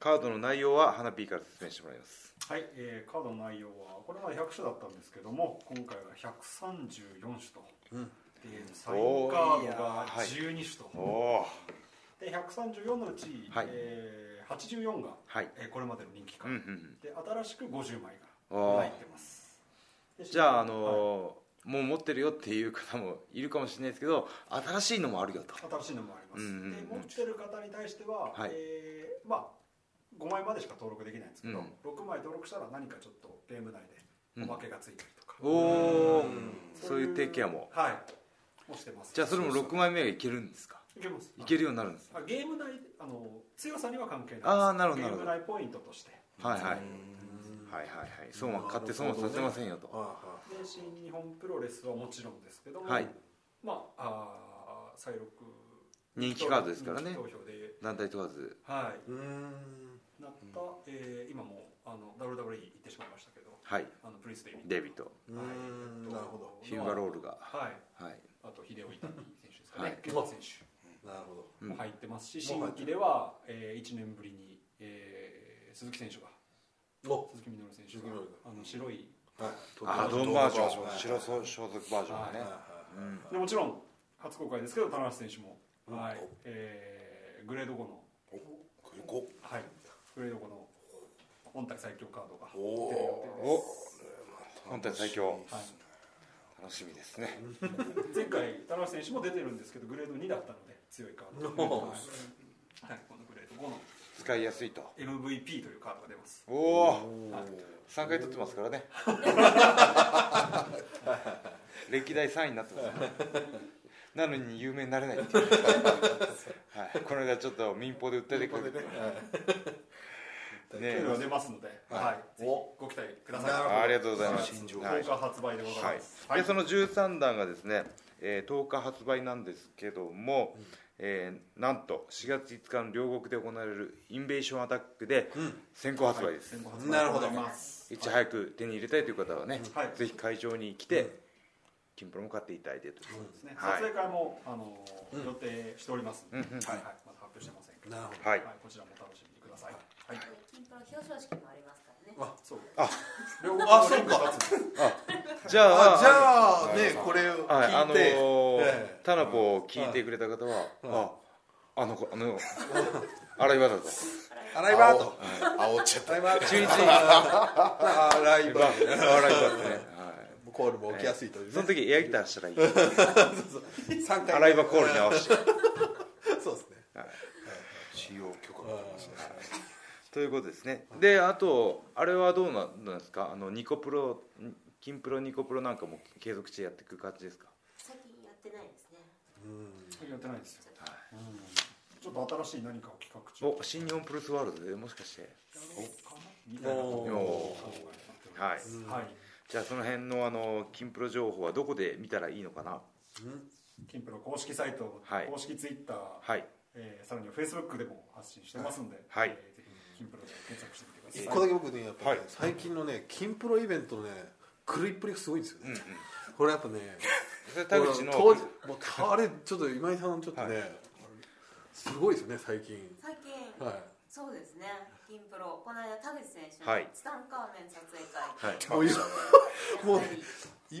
Speaker 1: カードの内容は花 P から説明してもらいます
Speaker 5: はい、えーカードの内容はこれまで100種だったんですけども今回は134種と、でサインカードが12種と、
Speaker 1: おお
Speaker 5: で134のうち、
Speaker 1: はい
Speaker 5: えー84が、
Speaker 1: はい
Speaker 5: えーこれまでの人気カ
Speaker 1: うんう
Speaker 5: ード、
Speaker 1: ん
Speaker 5: で新しく50枚
Speaker 1: おー
Speaker 5: が入ってますで
Speaker 1: じゃあ、あ
Speaker 5: はい
Speaker 1: のーもう持ってるよっていう方もいるかもしれないですけど新しいのもあるよと
Speaker 5: 新しいのもあります、
Speaker 1: うんうんうん
Speaker 5: で持ってる方に対しては、
Speaker 1: はい
Speaker 5: えーまあ5枚までしか登録できないんですけど、
Speaker 1: うん
Speaker 5: 6枚登録したら何かちょっとゲーム内でおまけがついたりとか、
Speaker 1: おおそういう提携も
Speaker 5: はいもしてます
Speaker 1: じゃあそれも
Speaker 5: そう
Speaker 1: 6枚目がいけるんですか
Speaker 5: そういけます
Speaker 1: いけるようになるんですね
Speaker 5: あゲーム内あの強さには関係ないです
Speaker 1: あーなるほど
Speaker 5: ゲーム
Speaker 1: な
Speaker 5: 内ポイントとして
Speaker 1: はいはい
Speaker 2: うん
Speaker 1: はいはいはいそうは買って損はさせませんよと
Speaker 2: は
Speaker 5: で新日本プロレスはもちろんですけども、
Speaker 1: はい
Speaker 5: まああー再録
Speaker 1: 人気カードですからね
Speaker 5: 人気投票で
Speaker 1: 団体問わず
Speaker 5: はい
Speaker 2: いはいうん
Speaker 5: なった、えー今もあの WWE 行ってしまいましたけど
Speaker 1: はい
Speaker 5: あのプリンス・デイビッド
Speaker 1: デイビッド
Speaker 2: うん
Speaker 5: はい
Speaker 2: なるほど
Speaker 1: ヒューガロールが
Speaker 5: はい
Speaker 1: はい
Speaker 5: あと秀夫伊丹選手ですか
Speaker 1: は
Speaker 5: ね
Speaker 1: い
Speaker 5: ケンタ選手
Speaker 2: なるほど
Speaker 1: うん
Speaker 5: も入ってますし、
Speaker 2: も
Speaker 5: 新
Speaker 2: う入ってる
Speaker 5: 規では、え1年ぶりに、えー鈴木選手が
Speaker 2: お
Speaker 5: 鈴木みのる選手
Speaker 2: 鈴木み
Speaker 5: が
Speaker 2: のる
Speaker 5: あの白い
Speaker 2: はい
Speaker 1: アドンバージョン白装所属バージョンがね
Speaker 2: はいはい
Speaker 1: うん
Speaker 5: でもちろん初公開ですけど田中選手も、
Speaker 2: うん
Speaker 5: はいえーグレード5の、
Speaker 4: こ
Speaker 5: はい、グレード5の本体最強カードが
Speaker 4: おお
Speaker 5: 出る予定
Speaker 1: お本体最強
Speaker 5: です、はい
Speaker 1: 楽しみですね
Speaker 5: 前回田中選手も出てるんですけどグレード2だったので強いカ
Speaker 2: お
Speaker 5: ード
Speaker 2: ー
Speaker 5: はい、このグレード5の
Speaker 1: 使いやすいと
Speaker 5: MVP というカードが出ます
Speaker 1: おお3回取ってます からね歴代3位になってますねなのに有名になれないっていう、はい、この間ちょっと民放で訴えてくる
Speaker 5: とい
Speaker 1: ね
Speaker 5: うのが出ますので、はいぜひご期待ください
Speaker 2: なるほ
Speaker 1: ありがとうございます
Speaker 2: 新情
Speaker 5: 豪
Speaker 2: 報
Speaker 5: 華
Speaker 1: はい
Speaker 5: 発売でございます、
Speaker 1: でその13弾がですね、えー10日発売なんですけども、えーなんと4月5日の両国で行われるインベーションアタックで先行発売です、
Speaker 5: 先行発売
Speaker 2: なるほど
Speaker 5: でございます
Speaker 1: いち早く手に入れたいという方はね、
Speaker 5: はい
Speaker 1: ぜひ会場に来て、キンプロも買っていただいてと、
Speaker 5: そうですね、
Speaker 1: はい
Speaker 5: 撮影会も、あのー予定しておりますので、
Speaker 1: うんうん
Speaker 5: はいまだ発表してませんけど、
Speaker 2: なるほど
Speaker 1: は
Speaker 5: はいい、こちらもお楽しみにください。はい、
Speaker 6: 金プロ表彰式もありますからね
Speaker 2: あ
Speaker 5: そう、
Speaker 1: あ
Speaker 5: 両国
Speaker 2: あ
Speaker 5: のリンク
Speaker 2: そうか
Speaker 5: 立つんで
Speaker 1: じゃあ
Speaker 2: あじゃあねこれを
Speaker 1: はい、あ
Speaker 2: 聞い
Speaker 1: の
Speaker 2: て
Speaker 1: ー
Speaker 2: ええ
Speaker 1: タナポを聞いてくれた方は、ああの子あの 洗い場だ と
Speaker 2: 洗い場と
Speaker 4: 煽っちゃった
Speaker 2: 洗い場と
Speaker 1: 中日
Speaker 2: 洗
Speaker 1: 洗
Speaker 2: い
Speaker 1: い
Speaker 2: 場
Speaker 1: 場洗い場ってね、は
Speaker 2: コールも起きやすいという
Speaker 1: い、
Speaker 2: ね
Speaker 1: その時エアギター したらいい
Speaker 2: 3回
Speaker 1: 洗い場コールに合わせて
Speaker 2: そうですね
Speaker 4: 使用許可がありますね
Speaker 1: ということですねであとあれはどうなんですかあのニコプロ金プロニコプロなんかも継続してやっていく感じですか
Speaker 6: 最近やってないですね
Speaker 5: す。やってないですよ。
Speaker 6: ちょっ
Speaker 5: ちょっと新しい何かを企画中。
Speaker 1: お新日本プロレスワールドでもしかして
Speaker 5: みたいなことを
Speaker 1: お
Speaker 5: 考えており
Speaker 1: は
Speaker 5: ま
Speaker 1: い
Speaker 5: すはい、
Speaker 1: じゃあその辺のあの金プロ情報はどこで見たらいいのかな
Speaker 5: 金プロ公式サイト、
Speaker 1: はい
Speaker 5: 公式ツイッター、
Speaker 1: はい
Speaker 5: えーさらにはフェイスブックでも発信してますので、
Speaker 1: はい
Speaker 5: えーぜひ金プロで検索してみて
Speaker 2: 一
Speaker 5: くだ
Speaker 2: 個
Speaker 5: さ
Speaker 2: だ
Speaker 5: い。
Speaker 2: け僕ねやっぱ
Speaker 1: は
Speaker 2: ね、
Speaker 1: い
Speaker 2: 最近のね金プロイベントのね狂いっぷりがすごいんですよね、
Speaker 1: うんうん
Speaker 2: これやっぱね
Speaker 1: それ田口
Speaker 2: 当
Speaker 1: の
Speaker 2: 時もうあれちょっと今井さんちょっとね、すごいですよね最近
Speaker 6: と最近
Speaker 2: はい
Speaker 6: そうですね金プロこの間田口選手
Speaker 1: はい
Speaker 6: のツタンカーメン撮影会
Speaker 1: はい
Speaker 2: もういもう
Speaker 6: やったり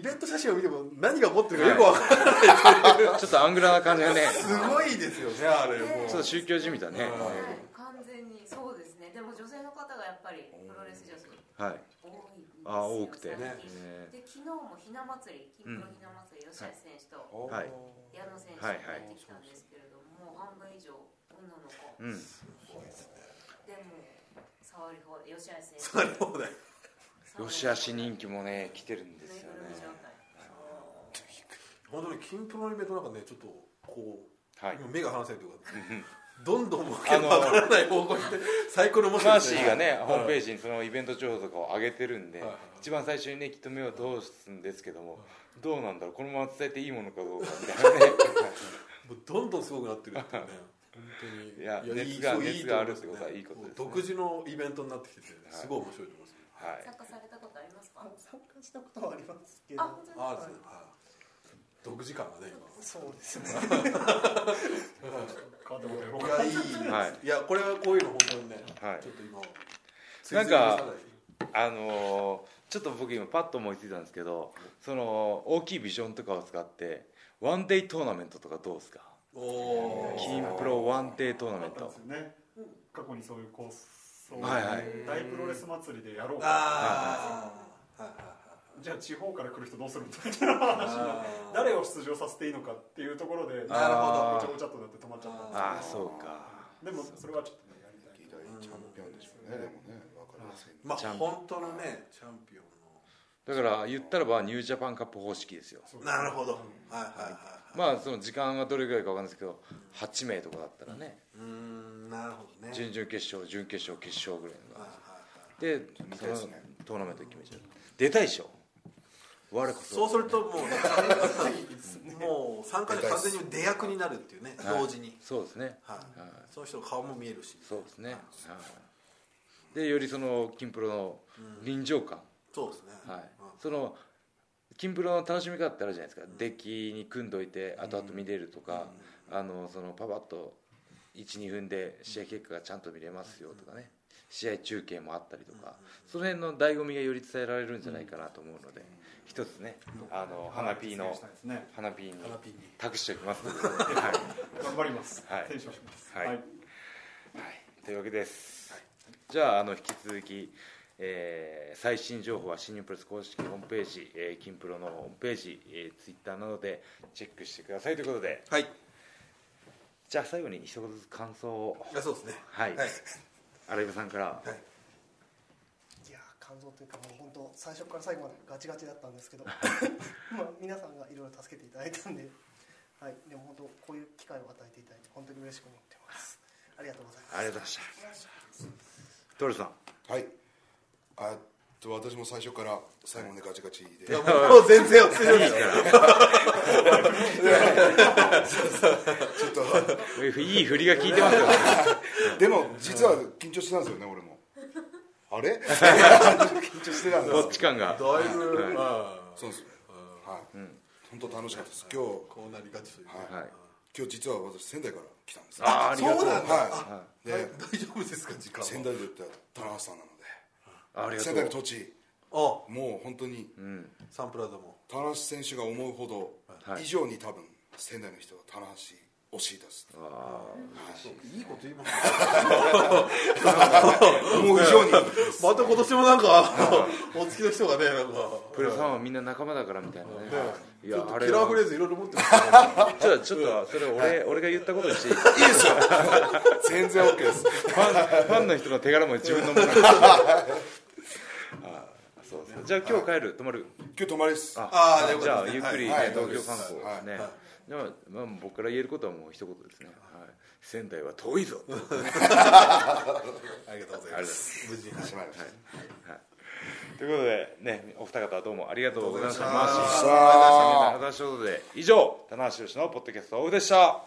Speaker 2: イベント写真を見ても何が起こってるかよくわからない、
Speaker 1: ちょっとアングラな感じがね、
Speaker 2: すごいですよねあれもう
Speaker 1: ちょっと宗教じみたね。
Speaker 6: はい完全にそうですねでも女性の方がやっぱりプロレス女子
Speaker 1: はい。
Speaker 6: 多いんですよ
Speaker 1: あ多くて
Speaker 6: 最近
Speaker 2: ね
Speaker 1: え
Speaker 6: で昨日もひな祭り金プロひな祭り、吉橋選手と
Speaker 1: ーはい。
Speaker 6: 矢野選手
Speaker 1: はい
Speaker 6: が
Speaker 1: はい
Speaker 6: 入ってきたんですけれども、もう半分以上女の子
Speaker 1: うん。
Speaker 6: でも触り放題吉橋選手
Speaker 2: なるほどね
Speaker 1: 吉足人気もね、来てるんで
Speaker 6: ぬ
Speaker 1: す
Speaker 6: い
Speaker 1: よ
Speaker 6: ぐるみ状
Speaker 1: ね。
Speaker 6: 態
Speaker 2: 本当に金プロのイベントなんかねちょっとこう、
Speaker 1: はい。
Speaker 2: 目が離せないというかどんどんもうわけのわからない方向に行って 最高の面
Speaker 1: マ
Speaker 2: 白い
Speaker 1: ーシーがね、ホームペー
Speaker 2: ジ
Speaker 1: ジにそのイベント情報とかを上げてるんで
Speaker 2: はいはい、
Speaker 1: 一番最初にね、きっと目を通すんですけども、どうなんだろう、このまま伝えていいものかどうかみたい なね。
Speaker 2: もうどんどんすごくなってるっていうね
Speaker 1: いや
Speaker 2: 本当に
Speaker 1: 熱が
Speaker 2: すごい
Speaker 1: 熱があるって
Speaker 2: と
Speaker 1: こ
Speaker 2: 思
Speaker 1: とはい
Speaker 2: い
Speaker 1: いことですね
Speaker 2: ますね独自のイベントになってきててすごい面白いと思います
Speaker 1: はい。
Speaker 6: 参加されたことありますか
Speaker 3: 参加したことはありますけど
Speaker 6: あ本当です
Speaker 2: あ
Speaker 6: か
Speaker 2: あですね独自感がね
Speaker 3: そうですね
Speaker 5: カードも出ろ
Speaker 2: 今
Speaker 5: か
Speaker 2: いやいい、
Speaker 1: はい
Speaker 2: い、やこれはこういうの本当にね、
Speaker 1: はい
Speaker 2: ちょっと今
Speaker 1: なんかあのーちょっと僕今パッと思いついたんですけどその大きいビジョンとかを使ってワンデイトーナメントとかどうですか
Speaker 2: おお
Speaker 1: 金プロワンデイトーナメ
Speaker 5: あ
Speaker 1: ン
Speaker 5: ったん
Speaker 1: ト
Speaker 5: ですよね過去にそういう構想を
Speaker 1: はいはい
Speaker 5: 大プロレス祭りでやろうか
Speaker 2: ああ、はい
Speaker 5: じゃあ地方から来る人どうするんだみたいな話になって
Speaker 2: あー
Speaker 5: 誰を出場させていいのかっていうところで
Speaker 2: なる
Speaker 1: ほど
Speaker 5: ごちゃごちゃっとなって止まっちゃったんで
Speaker 1: ああそうか
Speaker 5: すでもそれはちょっとねやりたい
Speaker 4: 歴代チャンピオンでしょうねでもねわかりません
Speaker 2: まあ
Speaker 1: チャン
Speaker 2: 本当のねチャンピオン
Speaker 1: だから言ったらばニュージャパンカップ方式ですよ
Speaker 5: そう
Speaker 2: のなるほど、はいはいはいはい
Speaker 1: まあその時間はどれぐらいかわかんないですけど8名とかだったらね
Speaker 2: うーんなるほどね
Speaker 1: 準々決勝準決勝決勝ぐらいの
Speaker 2: はい
Speaker 1: が
Speaker 2: はい
Speaker 1: で
Speaker 4: 見
Speaker 1: そ
Speaker 4: たい
Speaker 1: の
Speaker 4: ですね
Speaker 1: トーナメント決めちゃう出たいでしょ我こ
Speaker 2: そう
Speaker 1: そ
Speaker 2: す るともうね、もう参加者完全に出役になるっていうね、
Speaker 1: はい
Speaker 2: 同時に、
Speaker 1: そうですね
Speaker 2: はい
Speaker 1: は
Speaker 2: その人の顔も見えるし
Speaker 1: そうですねはいでよりその金プロの臨場感
Speaker 2: そうですね、
Speaker 1: はいその金プロの楽しみ方ってあるじゃないですかデッキに組んどいて後々見れるとかあのそのパパッと12分で試合結果がちゃんと見れますよとかね試合中継もあったりとかその辺の醍醐味がより伝えられるんじゃないかなと思うので一つねあの花ピー
Speaker 5: はい
Speaker 1: の
Speaker 5: 実現したいですね
Speaker 1: 花ピーに
Speaker 2: うん、ラピーに
Speaker 1: 託しておきますのではい
Speaker 5: 頑張ります
Speaker 1: はい
Speaker 5: テンションします
Speaker 1: はいはい、というわけです、じゃああの引き続き、えー最新情報は新日本プロレス公式ホームページ、えー、金プロのホームページ、えー、ツイッターなどでチェックしてくださいということで
Speaker 2: はいい
Speaker 1: じゃあ最後に一言ずつ感想を
Speaker 2: やそうですね
Speaker 1: はい、
Speaker 2: はい
Speaker 1: 荒岩さんから
Speaker 2: はい
Speaker 3: いやー肝臓というかもう本当最初から最後までガチガチだったんですけどまあ皆さんがいろいろ助けていただいたんで、はい、でも本当こういう機会を与えていただいて本当に嬉しく思ってますありがとうございます
Speaker 1: ありがとうございましたトルさん
Speaker 4: はいあえっと私も最初から最後までガチガチ で
Speaker 2: いやもう全然落ちてるんですよ
Speaker 4: ちょっと
Speaker 1: こういういい振りが効いて ますよね
Speaker 4: でも実は緊張してたんですよね 俺もあれ緊張してたんです
Speaker 1: どっち感が
Speaker 2: だいぶ、
Speaker 1: はい
Speaker 2: まあ
Speaker 4: そうですはい本当楽しかったです今日
Speaker 2: こうなりがちというか、
Speaker 4: はい
Speaker 1: はい
Speaker 4: 今日実は私仙台から来たんです
Speaker 1: あーありがとう
Speaker 2: そうなんだ、
Speaker 4: はいで
Speaker 2: 大丈夫ですか時間は
Speaker 4: 仙台で言ったら棚橋さんなので
Speaker 1: ありがと
Speaker 4: 仙台の
Speaker 1: う
Speaker 4: 土地
Speaker 2: あ
Speaker 4: もう本当に
Speaker 2: サンプラザも
Speaker 4: 棚橋選手が思うほど
Speaker 1: はい
Speaker 4: 以上に多分仙台の人は棚橋推し出す
Speaker 2: いいこと言いますね
Speaker 4: 思う以上に
Speaker 2: また今年もなんかお付きの人がねなんか
Speaker 1: プロさんはみんな仲間だからみたいなねい
Speaker 2: ちょっと
Speaker 1: あれ
Speaker 2: キラーフレーズいろいろ持って ますね
Speaker 1: じゃあちょっとそれ俺俺が言ったことにしていい
Speaker 4: いいで すよ全然 OK です
Speaker 1: ファンファンの人の手柄も自分のものあそうそうじゃあ今日帰る泊まる
Speaker 4: 今日泊まりです
Speaker 2: あーよ
Speaker 1: じ
Speaker 2: か
Speaker 1: ゃ
Speaker 2: っ
Speaker 1: あ
Speaker 2: たです
Speaker 1: ゆ
Speaker 2: ね
Speaker 1: っくり
Speaker 4: はい
Speaker 1: ね
Speaker 4: はい
Speaker 1: 東京観光
Speaker 4: はい
Speaker 1: ねでもまあ僕から言えることはもう一言ですねはい仙台は遠いぞと
Speaker 2: ありがとうござい
Speaker 1: あ
Speaker 2: ま
Speaker 1: りがとうございます
Speaker 2: 無事に
Speaker 4: 閉まりました
Speaker 1: いうことでねお二方どうもありがとうございました
Speaker 2: ありがとうございまし
Speaker 1: 皆
Speaker 2: た
Speaker 1: さん皆さん話したことで以上棚橋宏のポッドキャストオフでした